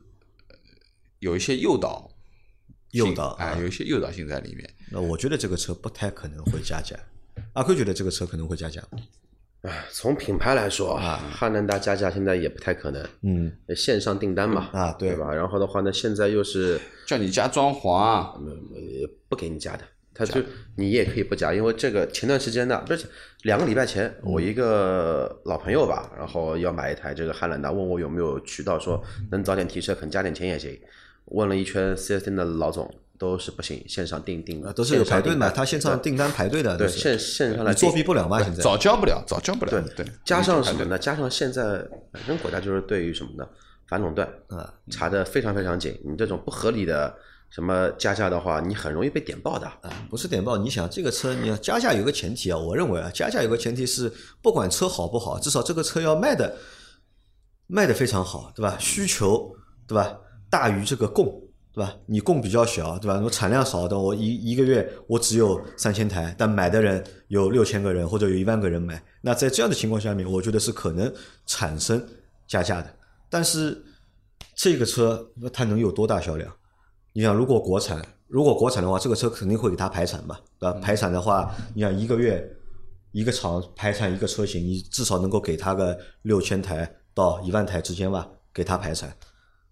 [SPEAKER 3] 呃有一些诱导性，
[SPEAKER 2] 诱导
[SPEAKER 3] 哎、
[SPEAKER 2] 啊
[SPEAKER 3] 有一些诱导性在里面。
[SPEAKER 2] 那我觉得这个车不太可能会加价。阿坤觉得这个车可能会加价吗，
[SPEAKER 4] 唉从品牌来说，
[SPEAKER 3] 啊
[SPEAKER 4] 汉兰达加价现在也不太可能。
[SPEAKER 2] 嗯，
[SPEAKER 4] 线上订单嘛，
[SPEAKER 2] 啊对
[SPEAKER 4] 对吧？然后的话呢，现在又是
[SPEAKER 3] 叫你加装潢啊，
[SPEAKER 4] 呃，不给你加的，他就你也可以不加，因为这个前段时间的，不是两个礼拜前，
[SPEAKER 2] 嗯
[SPEAKER 4] 我一个老朋友吧，然后要买一台这个汉兰达，问我有没有渠道说
[SPEAKER 2] 嗯
[SPEAKER 4] 能早点提车，肯加点钱也行。问了一圈 4S 店的老总，都是不行，线上订订
[SPEAKER 2] 啊，都是有排队嘛，它线上
[SPEAKER 4] 订
[SPEAKER 2] 订单排队的，
[SPEAKER 4] 单对
[SPEAKER 2] 都是
[SPEAKER 4] 线线上来
[SPEAKER 2] 你作
[SPEAKER 4] 订
[SPEAKER 2] 弊不了嘛？现在
[SPEAKER 3] 早交不了，早交不了。对，
[SPEAKER 4] 加
[SPEAKER 3] 你就
[SPEAKER 4] 上
[SPEAKER 3] 排
[SPEAKER 4] 什么
[SPEAKER 3] 队？
[SPEAKER 4] 呢？加上现在本身国家就是对于什么呢？反垄断
[SPEAKER 2] 啊
[SPEAKER 4] 查的非常非常紧，你这种不合理的什么加价的话，你很容易被点爆的。
[SPEAKER 2] 啊，不是点爆。你想这个车，你要加价有个前提啊，我认为啊，加价有个前提是不管车好不好，至少这个车要卖的卖的非常好，对吧？需求对吧大于这个供，对吧？你供比较小，对吧？我产量少的，我一一个月我只有三千台，但买的人有六千个人或者有一万个人买，那在这样的情况下面，我觉得是可能产生加价的。但是这个车它能有多大销量？你想，如果国产，嗯如果国产的话，这个车肯定会给它排产嘛，对吧？排产的话，你想一个月一个厂排产一个车型，你至少能够给它个六千台到一万台之间吧，给它排产，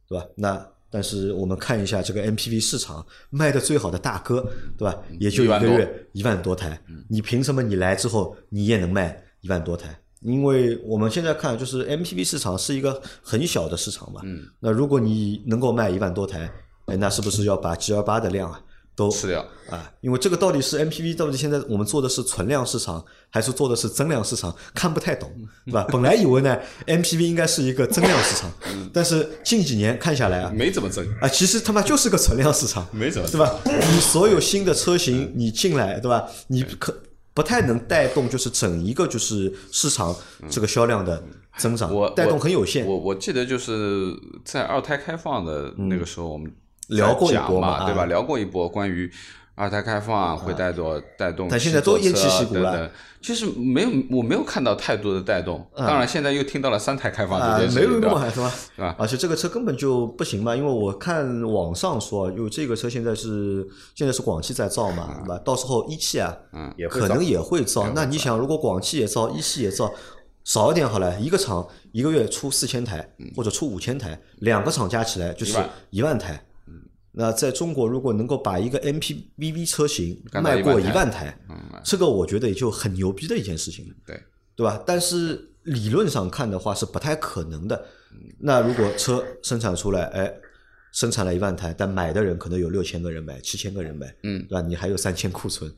[SPEAKER 2] 对吧？那但是我们看一下这个 MPV 市场卖的最好的大哥，对吧？也就一个月一万多台，你凭什么你来之后你也能卖一万多台？因为我们现在看，就是 MPV 市场是一个很小的市场嘛。
[SPEAKER 3] 嗯。
[SPEAKER 2] 那如果你能够卖一万多台，哎，那是不是要把 G L 八的量啊都
[SPEAKER 3] 吃掉。
[SPEAKER 2] 啊，因为这个到底是 MPV 到底现在我们做的是存量市场，还是做的是增量市场，看不太懂，对吧？本来以为呢 MPV 应该是一个增量市场，但是近几年看下来啊，
[SPEAKER 3] 没怎么挣，
[SPEAKER 2] 啊，其实他妈就是个存量市场，
[SPEAKER 3] 没怎么
[SPEAKER 2] 对
[SPEAKER 3] 挣，
[SPEAKER 2] 吧？你所有新的车
[SPEAKER 3] 嗯
[SPEAKER 2] 型你进来，对吧？你可不太能带动就是整一个就是市场这个销量的增长
[SPEAKER 3] 嗯我，
[SPEAKER 2] 带动很有限。
[SPEAKER 3] 我我记得就是在二胎开放的那个时候，我们
[SPEAKER 2] 嗯聊过一
[SPEAKER 3] 讲
[SPEAKER 2] 波嘛
[SPEAKER 3] 嘛，
[SPEAKER 2] 啊
[SPEAKER 3] 对吧？聊过一波关于二胎开放啊会带动带动，
[SPEAKER 2] 但现在都偃旗息鼓了
[SPEAKER 3] 啊等等。其实没有，我没有看到太多的带动。当然，现在又听到了三胎开放
[SPEAKER 2] 啊
[SPEAKER 3] 这件，事
[SPEAKER 2] 没有那
[SPEAKER 3] 情，对
[SPEAKER 2] 么
[SPEAKER 3] 吧？
[SPEAKER 2] 狠是吧？
[SPEAKER 3] 是吧
[SPEAKER 2] 而且这个车根本就不行嘛，因为我看网上说，因为这个车现在是现在是广汽在造嘛，对吧？到时候一汽啊，
[SPEAKER 3] 啊嗯
[SPEAKER 4] 也会
[SPEAKER 2] 可能
[SPEAKER 4] 造
[SPEAKER 2] 也会造。那你想，如果广汽也造，一汽也造，少一点好了，一个厂一个月出四千台或者出五千台，两个厂加起来就是
[SPEAKER 3] 嗯一万嗯
[SPEAKER 2] 一万台。那在中国，如果能够把一个 MPV 车型
[SPEAKER 3] 干到
[SPEAKER 2] 卖过
[SPEAKER 3] 一
[SPEAKER 2] 一
[SPEAKER 3] 万台
[SPEAKER 2] 万台，
[SPEAKER 3] 嗯，
[SPEAKER 2] 这个我觉得也就很牛逼的一件事情了。
[SPEAKER 3] 对，
[SPEAKER 2] 对吧？但是理论上看的话是不太可能的。那如果车生产出来，哎，生产了一万台，但买的人可能有六千个人买，七千个人买，
[SPEAKER 3] 嗯
[SPEAKER 2] 对吧？你还有三千库存，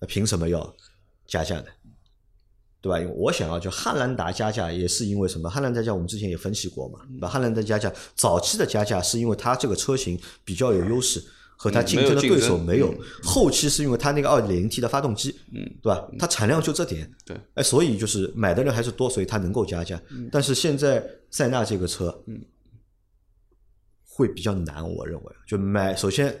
[SPEAKER 2] 那凭什么要加价呢？对吧？因为我想啊，就汉兰达加价也是因为什么？汉兰达加价我们之前也分析过嘛，对
[SPEAKER 3] 嗯
[SPEAKER 2] 吧？汉兰达加价早期的加价是因为它这个车型比较有优势，和它竞争的对手没有。
[SPEAKER 3] 嗯嗯没有竞
[SPEAKER 2] 后期是因为它那个二点零 T 的发动机，
[SPEAKER 3] 嗯，
[SPEAKER 2] 对吧？它产量就这点，
[SPEAKER 3] 对，
[SPEAKER 2] 哎，所以就是买的人还是多，所以它能够加价。但是现在塞纳这个车，
[SPEAKER 3] 嗯，
[SPEAKER 2] 会比较难，我认为就买首先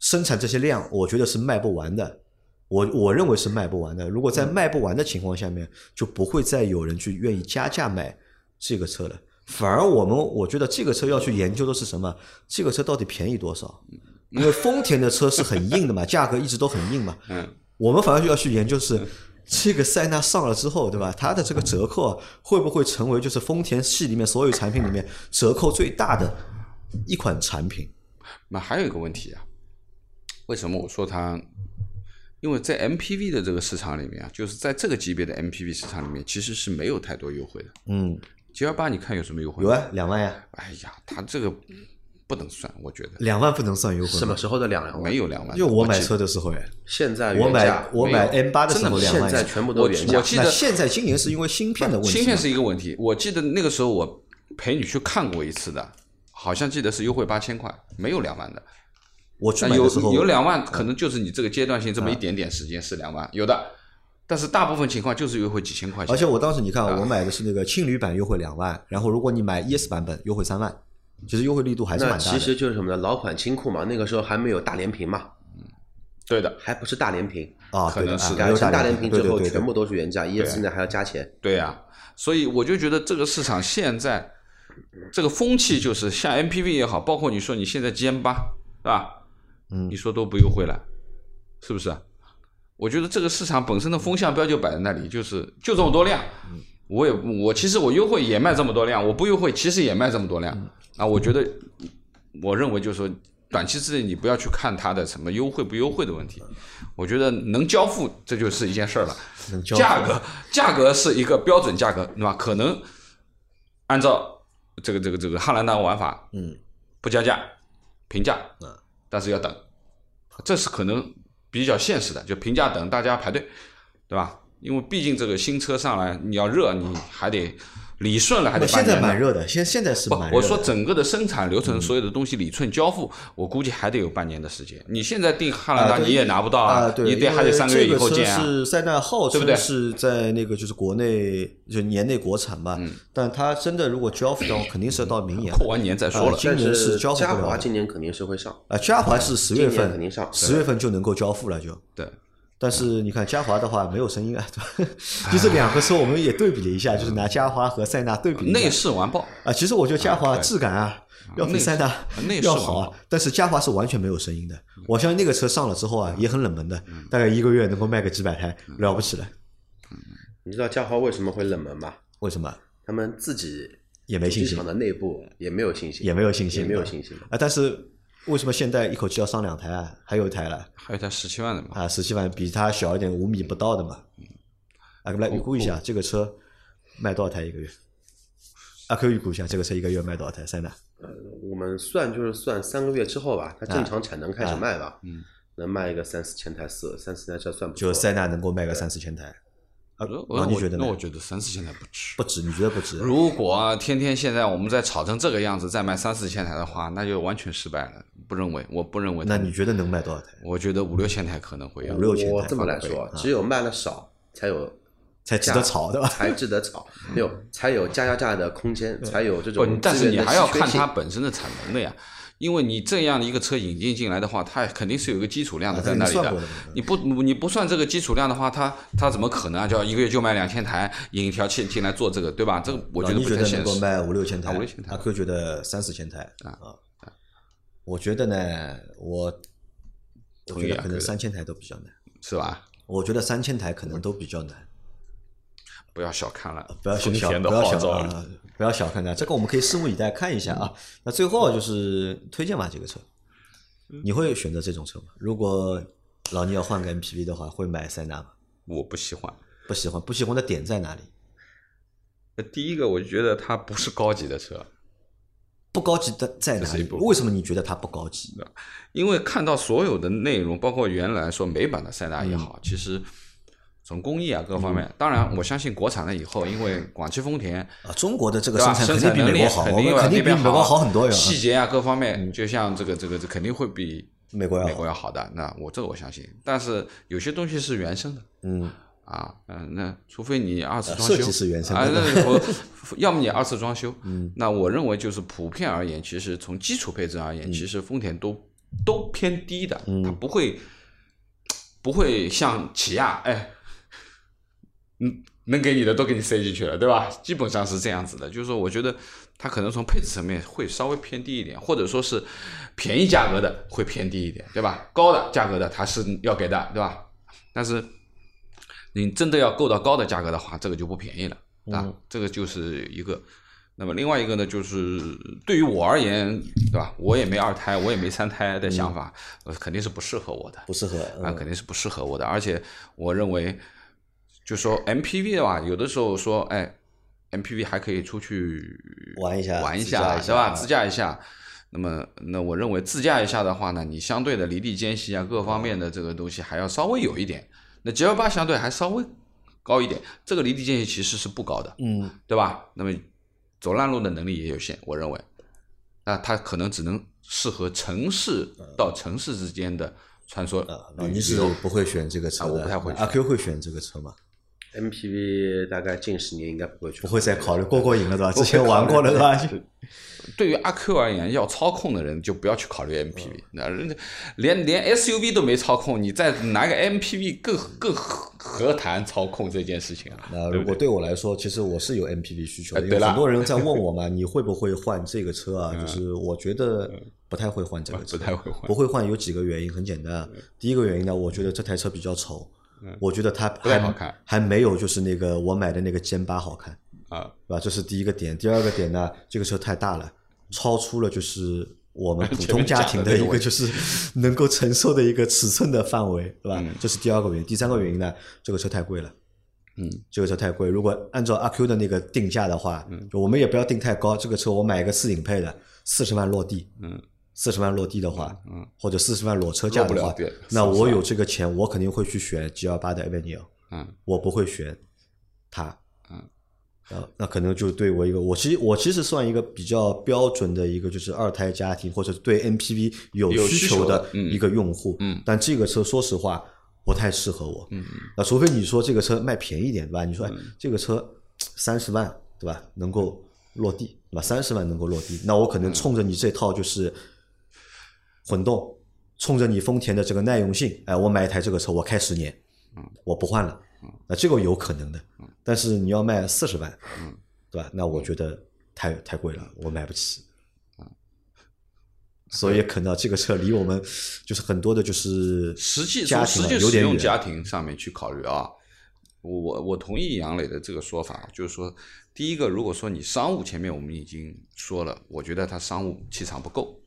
[SPEAKER 2] 生产这些量，我觉得是卖不完的。我我认为是卖不完的。如果在卖不完的情况下面，就不会再有人去愿意加价买这个车了。反而我们我觉得这个车要去研究的是什么？这个车到底便宜多少？因为丰田的车是很硬 的嘛，价格一直都很硬嘛。
[SPEAKER 3] 嗯，
[SPEAKER 2] 我们反而要去研究是这个塞纳上了之后，对吧？它的这个折扣啊会不会成为就是丰田系里面所有产品里面折扣最大的一款产品？
[SPEAKER 3] 那还有一个问题啊，为什么我说它？因为在 MPV 的这个市场里面啊，就是在这个级别的 MPV 市场里面，其实是没有太多优惠的。
[SPEAKER 2] 嗯，
[SPEAKER 3] G 幺八，你看有什么优惠？
[SPEAKER 2] 有啊，两万呀、
[SPEAKER 3] 哎呀，他这个不能算，我觉得
[SPEAKER 2] 两万不能算优惠吗。
[SPEAKER 4] 什么时候的两两万？
[SPEAKER 3] 没有两万。
[SPEAKER 2] 就嗯我买
[SPEAKER 3] 记
[SPEAKER 2] 车的时候哎，
[SPEAKER 4] 现在
[SPEAKER 2] 我
[SPEAKER 4] 原价
[SPEAKER 2] 买我买 N 八的时候
[SPEAKER 4] 现
[SPEAKER 2] 两万
[SPEAKER 4] 在
[SPEAKER 2] 呀。
[SPEAKER 4] 全部
[SPEAKER 3] 我
[SPEAKER 4] 都原价
[SPEAKER 3] 我。记得啊
[SPEAKER 2] 那现在今年是因为芯片的问题嘛，
[SPEAKER 3] 芯片是一个问题，我记得那个时候我陪你去看过一次的，好像记得是优惠八千块，没有两万的。
[SPEAKER 2] 我去
[SPEAKER 3] 那
[SPEAKER 2] 买
[SPEAKER 3] 有
[SPEAKER 2] 的时候嗯
[SPEAKER 3] 有两万，可能就是你这个阶段性这么一点点时间是两万，有的。但是大部分情况就是优惠几千块钱。
[SPEAKER 2] 而且我当时你
[SPEAKER 3] 啊
[SPEAKER 2] 看，我买的是那个青旅版优惠两万，然后如果你买 ES 版本优惠三万，其实优惠力度还是
[SPEAKER 4] 那
[SPEAKER 2] 蛮大
[SPEAKER 4] 其
[SPEAKER 2] 的。
[SPEAKER 4] 实就是什么呢？老款清库嘛，那个时候还没有大连屏嘛，
[SPEAKER 3] 对的，
[SPEAKER 4] 还不是大连屏，
[SPEAKER 2] 啊，
[SPEAKER 3] 可
[SPEAKER 2] 对的
[SPEAKER 3] 能是
[SPEAKER 2] 啊
[SPEAKER 3] 的
[SPEAKER 2] 没
[SPEAKER 4] 改
[SPEAKER 2] 有
[SPEAKER 4] 成大
[SPEAKER 2] 连
[SPEAKER 4] 连
[SPEAKER 2] 屏
[SPEAKER 4] 屏
[SPEAKER 2] 对
[SPEAKER 4] 之
[SPEAKER 2] 对
[SPEAKER 4] 后
[SPEAKER 2] 对
[SPEAKER 4] 全
[SPEAKER 2] 对
[SPEAKER 4] 部都是原价，ES 现在还要加钱。
[SPEAKER 3] 对呀、所以我就觉得这个市场现在这个风气就是像 MPV 也好，包括你说你现在 GM 八，是吧？
[SPEAKER 2] 嗯
[SPEAKER 3] 你说都不优惠了，是不是啊？我觉得这个市场本身的风向标就摆在那里，就是就这么多辆，我也我其实我优惠也卖这么多辆，我不优惠其实也卖这么多辆啊。我觉得，我认为就是说，短期之内你不要去看它的什么优惠不优惠的问题，我觉得能交付这就是一件事儿了。
[SPEAKER 2] 能交
[SPEAKER 3] 价格价格是一个标准价格，对吧？可能按照这个这个这个汉兰达玩法，
[SPEAKER 2] 嗯，
[SPEAKER 3] 不加价，平价，
[SPEAKER 2] 嗯，
[SPEAKER 3] 但是要等，这是可能比较现实的，就平价等大家排队，对吧？因为毕竟这个新车上来，你要热，你还得理顺了，还得
[SPEAKER 2] 不
[SPEAKER 3] 半
[SPEAKER 2] 现在
[SPEAKER 3] 年呢
[SPEAKER 2] 蛮热的，现现在是
[SPEAKER 3] 不
[SPEAKER 2] 蛮，热的。嗯
[SPEAKER 3] 我说整个的生产流程，所有的东西理顺交付，我估计还得有半年的时间。你现在订汉兰达，
[SPEAKER 2] 啊对
[SPEAKER 3] 你也拿不到
[SPEAKER 2] 啊，对，
[SPEAKER 3] 你得还得三
[SPEAKER 2] 个
[SPEAKER 3] 个月以后见啊。
[SPEAKER 2] 这个车是塞纳号
[SPEAKER 3] 对不对
[SPEAKER 2] 称是在那个就是国内就年内国产嘛，
[SPEAKER 3] 嗯
[SPEAKER 2] 但它真的如果交付的话，肯定是要到明年。
[SPEAKER 3] 过完年再说了
[SPEAKER 2] 啊。今
[SPEAKER 4] 但
[SPEAKER 2] 年是
[SPEAKER 4] 是
[SPEAKER 2] 交付不
[SPEAKER 4] 嘉
[SPEAKER 2] 了的
[SPEAKER 4] 华今年肯定是会上，
[SPEAKER 2] 啊，嘉华是十月
[SPEAKER 4] 今年
[SPEAKER 2] 份
[SPEAKER 4] 肯定上，对
[SPEAKER 2] 十月份就能够交付了就。
[SPEAKER 3] 对，
[SPEAKER 2] 但是你看嘉华的话没有声音啊， 对吧就是两个车我们也对比了一下，就是拿嘉华和塞纳对比了一
[SPEAKER 3] 内
[SPEAKER 2] 下
[SPEAKER 3] 饰完爆，
[SPEAKER 2] 啊，其实我觉得嘉华
[SPEAKER 3] 对
[SPEAKER 2] 质感啊要比
[SPEAKER 3] 内
[SPEAKER 2] 塞纳
[SPEAKER 3] 内饰
[SPEAKER 2] 要
[SPEAKER 3] 完
[SPEAKER 2] 好
[SPEAKER 3] 爆
[SPEAKER 2] 啊，，但是嘉华是完全没有声音的。嗯我相信那个车上了之后啊也很冷门的，大概一个月能够卖个几百台，了不起了。
[SPEAKER 4] 你知道嘉华为什么会冷门吗？
[SPEAKER 2] 为什么
[SPEAKER 4] 他们自己
[SPEAKER 2] 也没信
[SPEAKER 4] 主机
[SPEAKER 2] 心
[SPEAKER 4] 厂？的内部也没有信心，
[SPEAKER 2] 也没有信心
[SPEAKER 4] 也没有信心。
[SPEAKER 2] 啊，但是为什么现在一口气要上两台啊？还有一台了
[SPEAKER 3] 还有台十七万的嘛，
[SPEAKER 2] 啊，十七万比它小一点，五米不到的嘛。啊，我们来预估一
[SPEAKER 3] 哦
[SPEAKER 2] 下，这个车卖多少台一个月？啊，可以预估一下，这个车一个月卖多少台？三的
[SPEAKER 4] 我们算就是算三个月之后吧，它
[SPEAKER 2] 啊
[SPEAKER 4] 正常产能开始卖吧，
[SPEAKER 3] 嗯，
[SPEAKER 4] 能卖一个三四千台四三四千台车算不错。
[SPEAKER 2] 就塞纳能够卖个三四千台，啊，
[SPEAKER 3] 我
[SPEAKER 2] 那你觉得
[SPEAKER 3] 那
[SPEAKER 2] 呢
[SPEAKER 3] 我？觉得三四千台不值。
[SPEAKER 2] 不止，你觉得不止？
[SPEAKER 3] 如果啊天天现在我们在炒成这个样子，再卖三四千台的话，那就完全失败了。不认为，我不认为。
[SPEAKER 2] 那你觉得能卖多少台？
[SPEAKER 3] 我觉得五六千台可能会有
[SPEAKER 2] 五。六千台
[SPEAKER 4] 我这么来说，只有卖了少，才有
[SPEAKER 2] 啊才值得炒，嗯对吧？
[SPEAKER 4] 才值 得炒，没有才有加加价的空间，才有这
[SPEAKER 3] 不
[SPEAKER 4] 种，
[SPEAKER 3] 但是
[SPEAKER 4] 资
[SPEAKER 3] 哦你
[SPEAKER 4] 源的
[SPEAKER 3] 还要
[SPEAKER 4] 稀缺
[SPEAKER 3] 看
[SPEAKER 4] 性
[SPEAKER 3] 它本身的产能的呀，因为你这样的一个车引进进来的话，它肯定是有一个基础量的
[SPEAKER 2] 啊这个
[SPEAKER 3] 在那
[SPEAKER 2] 你
[SPEAKER 3] 里
[SPEAKER 2] 算过
[SPEAKER 3] 的
[SPEAKER 2] 的嘛。
[SPEAKER 3] 你不你不算这个基础量的话，它它怎么可能啊？就要一个月就卖两千台，引一条线进来做这个，对吧？这个我
[SPEAKER 2] 老
[SPEAKER 3] 觉得
[SPEAKER 2] 倪
[SPEAKER 3] 不
[SPEAKER 2] 觉
[SPEAKER 3] 太
[SPEAKER 2] 得
[SPEAKER 3] 现
[SPEAKER 2] 啊能够
[SPEAKER 3] 实。
[SPEAKER 2] 卖五六千台，
[SPEAKER 3] 啊五六千台
[SPEAKER 2] 阿 Q 觉得三四千台啊。我觉得呢，我我
[SPEAKER 3] 同
[SPEAKER 2] 觉
[SPEAKER 3] 意
[SPEAKER 2] 得
[SPEAKER 3] 啊
[SPEAKER 2] 可
[SPEAKER 3] 阿 Q
[SPEAKER 2] 能
[SPEAKER 3] 的
[SPEAKER 2] 三千台都比较难。
[SPEAKER 3] 是吧？
[SPEAKER 2] 我觉得三千台可能都比较难，
[SPEAKER 3] 不要小看了，
[SPEAKER 2] 不要小
[SPEAKER 3] 丰田的
[SPEAKER 2] 不要
[SPEAKER 3] 号
[SPEAKER 2] 小
[SPEAKER 3] 召力。
[SPEAKER 2] 啊不要小看它。这个我们可以拭目以待，看一下啊。那最后就是推荐吧，这个车，
[SPEAKER 3] 嗯
[SPEAKER 2] 你会选择这种车吗？如果老倪要换个 MPV 的话，会买塞纳吗？
[SPEAKER 3] 我不喜欢。
[SPEAKER 2] 不喜欢，不喜欢的点在哪里？
[SPEAKER 3] 那第一个，我觉得它不是高级的车，
[SPEAKER 2] 不高级的在
[SPEAKER 3] 这
[SPEAKER 2] 哪
[SPEAKER 3] 是一
[SPEAKER 2] 里？
[SPEAKER 3] 部分
[SPEAKER 2] 为什么你觉得它不高级？
[SPEAKER 3] 因为看到所有的内容，包括原来说美版的塞纳
[SPEAKER 2] 嗯
[SPEAKER 3] 也好，其实从工艺啊各方面，当然我相信国产了以后，因为广汽丰田
[SPEAKER 2] 啊，中国的这个
[SPEAKER 3] 对吧？
[SPEAKER 2] 生产肯定
[SPEAKER 3] 生产
[SPEAKER 2] 比
[SPEAKER 3] 能
[SPEAKER 2] 美
[SPEAKER 3] 力
[SPEAKER 2] 国好，我
[SPEAKER 3] 定
[SPEAKER 2] 们
[SPEAKER 3] 要
[SPEAKER 2] 肯
[SPEAKER 3] 那
[SPEAKER 2] 定比
[SPEAKER 3] 边
[SPEAKER 2] 美国好很多呀。嗯
[SPEAKER 3] 细节啊各方面，就像这个这个这肯定会比
[SPEAKER 2] 美国要好
[SPEAKER 3] 美国要好的。那我这个我相信，但是有些东西是原生的。
[SPEAKER 2] 嗯，
[SPEAKER 3] 啊，嗯，那除非你二次
[SPEAKER 2] 呃
[SPEAKER 3] 装
[SPEAKER 2] 设
[SPEAKER 3] 修，
[SPEAKER 2] 计是原生的
[SPEAKER 3] 啊，那我要么你二次装修，嗯，那我认为就是普遍而言，其实从基础配置
[SPEAKER 2] 嗯
[SPEAKER 3] 而言，其实丰田都都偏低的，它不会不会像起亚，哎，嗯，能给你的都给你塞进去了，对吧？基本上是这样子的，就是说，我觉得它可能从配置层面会稍微偏低一点，或者说是便宜价格的会偏低一点，对吧？高的价格的它是要给的，对吧？但是你真的要够到高的价格的话，这个就不便宜了啊，这个就是一个。那么另外一个呢，就是对于我而言，对吧？我也没二胎，我也没三胎的想法，呃，肯定是不适合我的。
[SPEAKER 2] 不适合。
[SPEAKER 3] 啊，
[SPEAKER 2] 嗯
[SPEAKER 3] 肯定是不适合我的。而且我认为，就说 MPV 的话，有的时候说，哎，MPV 还可以出去
[SPEAKER 2] 玩一下
[SPEAKER 3] 玩一
[SPEAKER 2] 自驾
[SPEAKER 3] 下，
[SPEAKER 2] 一
[SPEAKER 3] 对
[SPEAKER 2] 下
[SPEAKER 3] 吧？
[SPEAKER 2] 啊
[SPEAKER 3] 自驾一下。那么，那我认为自驾一下的话呢，你相对的离地间隙啊，各方面的这个东西还要稍微有一点。那 G L 八相对还稍微高一点，这个离地间隙其实是不高的。
[SPEAKER 2] 嗯，
[SPEAKER 3] 对吧？那么走烂路的能力也有限，我认为，那它可能只能适合城市
[SPEAKER 2] 嗯
[SPEAKER 3] 到城市之间的穿梭
[SPEAKER 2] 啊，
[SPEAKER 3] 旅
[SPEAKER 2] 老倪是
[SPEAKER 3] 游
[SPEAKER 2] 不会选这个车
[SPEAKER 3] 啊
[SPEAKER 2] 的，
[SPEAKER 3] 我不太会
[SPEAKER 2] 阿
[SPEAKER 3] 选
[SPEAKER 2] Q 会选这个车吗？
[SPEAKER 4] MPV 大概近十年应该不会去，
[SPEAKER 2] 不会再考虑过过瘾了，对吧？之前玩过了，对 吧？
[SPEAKER 3] 对于阿 Q 而言，要操控的人就不要去考虑
[SPEAKER 2] 嗯
[SPEAKER 3] MPV，那人家连连 SUV 都没操控，你再拿个 MPV 更
[SPEAKER 2] 嗯
[SPEAKER 3] 更何谈操控这件事情啊？
[SPEAKER 2] 那如果对我来说，其实我是有 MPV 需求的，
[SPEAKER 3] 哎
[SPEAKER 2] 因
[SPEAKER 3] 对
[SPEAKER 2] 为
[SPEAKER 3] 了嗯
[SPEAKER 2] 很多人在问我嘛，你会不会换这个车 啊？就是我觉得不太会换这个车，
[SPEAKER 3] 不嗯太会换
[SPEAKER 2] 不会换有几个原因，很简单。啊第一个原因呢，我觉得这台车比较丑，我觉得它
[SPEAKER 3] 嗯不太
[SPEAKER 2] 还
[SPEAKER 3] 好看
[SPEAKER 2] 还没有就是那个我买的那个歼八好看。
[SPEAKER 3] 啊，
[SPEAKER 2] 对吧？这是第一个点。第二个点呢，这个车太大了，超出了就是我 们普
[SPEAKER 3] 前
[SPEAKER 2] 通
[SPEAKER 3] 面
[SPEAKER 2] 家
[SPEAKER 3] 讲
[SPEAKER 2] 庭的
[SPEAKER 3] 的那个
[SPEAKER 2] 一个
[SPEAKER 3] 位
[SPEAKER 2] 就是能够承受的一个尺寸的范围，对吧？这是第二个原因。第三个原因呢，这个车太贵了。
[SPEAKER 3] 嗯，
[SPEAKER 2] 这个车太贵。如果按照阿 Q 的那个定价的话，
[SPEAKER 3] 嗯
[SPEAKER 2] 就我们也不要定太高。这个车我买一个四顶配的，四十万落地，
[SPEAKER 3] 嗯，
[SPEAKER 2] 四十万落地的话，
[SPEAKER 3] 嗯，
[SPEAKER 2] 或者四十万裸车价
[SPEAKER 3] 落
[SPEAKER 2] 的
[SPEAKER 3] 不了
[SPEAKER 2] 话
[SPEAKER 3] 地，
[SPEAKER 2] 那
[SPEAKER 3] 40
[SPEAKER 2] 我
[SPEAKER 3] 万
[SPEAKER 2] 有这个钱，我肯定会去选 G 幺八的 Avenue，
[SPEAKER 3] 嗯，
[SPEAKER 2] 我不会选它，
[SPEAKER 3] 嗯，
[SPEAKER 2] 啊，那可能就对我一个，我其实我其实算一个比较标准的一个，就是二胎家庭或者对 MPV 有
[SPEAKER 3] 有
[SPEAKER 2] 需
[SPEAKER 3] 需
[SPEAKER 2] 求
[SPEAKER 3] 求的
[SPEAKER 2] 的
[SPEAKER 3] 嗯
[SPEAKER 2] 一个用户，
[SPEAKER 3] 嗯
[SPEAKER 2] 但这个车说实话不太适合我，嗯，那除非你说这个车卖便宜一点，对吧？你说、哎、
[SPEAKER 3] 嗯
[SPEAKER 2] 这个车三十万，对吧？能够落地，对吧？三十万能够落地，那我可
[SPEAKER 3] 嗯
[SPEAKER 2] 能冲着你这套就是混动，冲着你丰田的这个耐用性，哎，我买一台这个车，我开十年，
[SPEAKER 3] 嗯
[SPEAKER 2] 我不换了，那这个有可能的。但是你要卖四十万，
[SPEAKER 3] 嗯
[SPEAKER 2] 对吧？那我觉得太太贵了，我买不起。
[SPEAKER 3] 嗯
[SPEAKER 2] 所以可能这个车离我们就是很多的，就是
[SPEAKER 3] 实际
[SPEAKER 2] 家
[SPEAKER 3] 从
[SPEAKER 2] 庭
[SPEAKER 3] 实
[SPEAKER 2] 啊
[SPEAKER 3] 际
[SPEAKER 2] 有
[SPEAKER 3] 使
[SPEAKER 2] 点
[SPEAKER 3] 用
[SPEAKER 2] 远。
[SPEAKER 3] 家庭上面去考虑啊，我我我同意杨磊的这个说法，就是说，第一个，如果说你商务前面我们已经说了，我觉得它商务气场不够，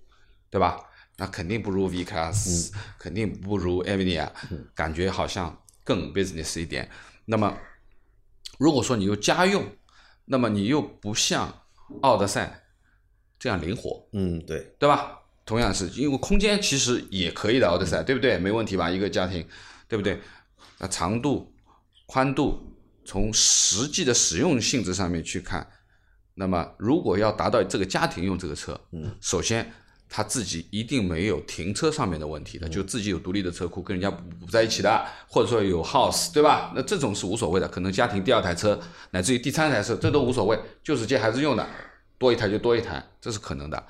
[SPEAKER 3] 对吧？那肯定不如 V Class，、肯
[SPEAKER 2] 嗯
[SPEAKER 3] 定不如 Avinia，、感觉好像更 business 一点。那么，如果说你又家用，那么你又不像奥德赛这样灵活，
[SPEAKER 4] 嗯，对，
[SPEAKER 3] 对吧？同样是因为空间其实也可以的，奥德赛对不对？没问题吧？一个家庭，对不对？那长度、宽度，从实际的使用性质上面去看，那么如果要达到这个家庭用这个车，嗯，首先他自己一定没有停车上面的问
[SPEAKER 4] 嗯
[SPEAKER 3] 题的，就自己有独立的车库，跟人家不不在一起的，或者说有 house，对吧？那这种是无所谓的，可能家庭第二台车乃至于第三台车，这都无所谓，就是接孩子用的，多一台就多一台，这是可能的。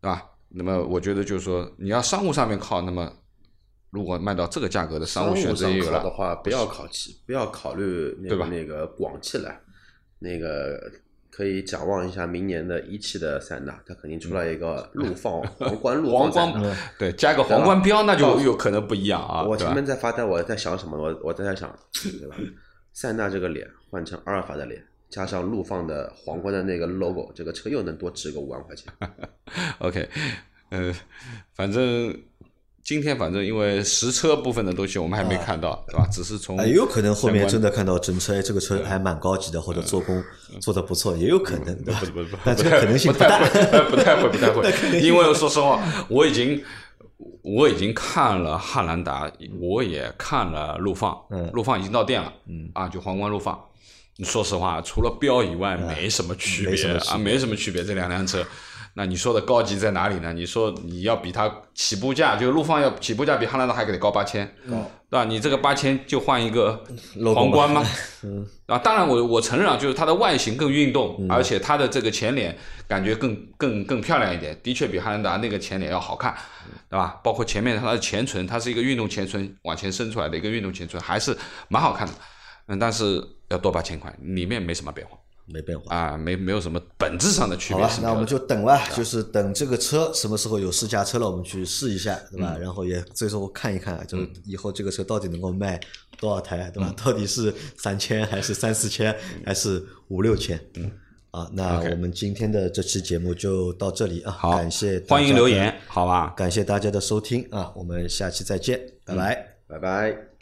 [SPEAKER 3] 对吧？那么我觉得就是说，你要商务上面靠，那么如果卖到这个价格的商
[SPEAKER 4] 商
[SPEAKER 3] 务选择也有
[SPEAKER 4] 上考的
[SPEAKER 3] 了，
[SPEAKER 4] 话，不要考气，不要考虑那
[SPEAKER 3] 对
[SPEAKER 4] 个
[SPEAKER 3] 吧
[SPEAKER 4] 那个广汽了，那个可以展望一下明年的一汽的塞纳，它肯定出来一个陆 放皇冠陆
[SPEAKER 3] 皇
[SPEAKER 4] 放塞
[SPEAKER 3] 冠
[SPEAKER 4] 纳。
[SPEAKER 3] 对，加个皇冠标那就有可能不一样啊，
[SPEAKER 4] 我
[SPEAKER 3] 对
[SPEAKER 4] 前
[SPEAKER 3] 吧？
[SPEAKER 4] 面在发呆，我在想什么？我我在想，对吧？塞纳这个脸换成阿尔法的脸，加上陆放的皇冠的那个 logo，这个车又能多值个五万块钱。
[SPEAKER 3] OK，呃，反正今天反正因为实车部分的东西我们还
[SPEAKER 4] 啊
[SPEAKER 3] 没看到，对吧？只是从
[SPEAKER 2] 哎，也有可能后面
[SPEAKER 3] 相关
[SPEAKER 2] 真的看到整车哎这个车还蛮高级的，或者做工
[SPEAKER 3] 嗯
[SPEAKER 2] 做的不错，也有可能，对吧
[SPEAKER 3] 不？不不，
[SPEAKER 2] 但
[SPEAKER 3] 不
[SPEAKER 2] 这个
[SPEAKER 3] 太
[SPEAKER 2] 可能性
[SPEAKER 3] 不
[SPEAKER 2] 不
[SPEAKER 3] 太
[SPEAKER 2] 大
[SPEAKER 3] 会，不太会，不 太会。因为说实话，我已经我已经看了汉兰达，我也看了陆放，
[SPEAKER 2] 嗯
[SPEAKER 3] 陆放已经到店了，嗯啊，就皇冠陆放。说实话，除了标以外，没什么区
[SPEAKER 2] 嗯没什
[SPEAKER 3] 别
[SPEAKER 2] 么区
[SPEAKER 3] 啊，没什么区别。这两辆车，那你说的高级在哪里呢？你说你要比它起步价，就陆放要起步价比汉兰达还得高八千，对吧？你这个八千就换一个
[SPEAKER 2] logo
[SPEAKER 3] 皇冠
[SPEAKER 2] 嘛
[SPEAKER 3] 吗？
[SPEAKER 2] 嗯
[SPEAKER 3] 啊，当然我我承认啊，就是它的外形更运动，而且它的这个前脸感觉更更更漂亮一点，的确比汉兰达那个前脸要好看，
[SPEAKER 2] 嗯
[SPEAKER 3] 对吧？包括前面它的前唇，它是一个运动前唇往前伸出来的一个运动前唇，还是蛮好看的。嗯，但是要多八千块，里面没什么变化
[SPEAKER 2] 没变化。
[SPEAKER 3] 啊，没没有什么本质上的区
[SPEAKER 2] 好
[SPEAKER 3] 别
[SPEAKER 2] 吧
[SPEAKER 3] 是，没
[SPEAKER 2] 那
[SPEAKER 3] 有
[SPEAKER 2] 我们
[SPEAKER 3] 的
[SPEAKER 2] 就等了，就是等这个车什么时候有试驾车了，我们去试一下，对吧？
[SPEAKER 3] 嗯
[SPEAKER 2] 然后也最后看一看，啊就是以后这个车到底能够卖多少台，对吧？
[SPEAKER 3] 嗯
[SPEAKER 2] 到底是三千还是三四千，还是五六千？嗯，啊，那
[SPEAKER 3] OK
[SPEAKER 2] 我们今天的这期节目就到这里啊，
[SPEAKER 3] 好，
[SPEAKER 2] 感谢大
[SPEAKER 3] 欢迎
[SPEAKER 2] 家
[SPEAKER 3] 留
[SPEAKER 2] 的
[SPEAKER 3] 言，，好吧？嗯
[SPEAKER 2] 感谢大家的收听啊，我们下期再见，拜拜。
[SPEAKER 4] 拜拜。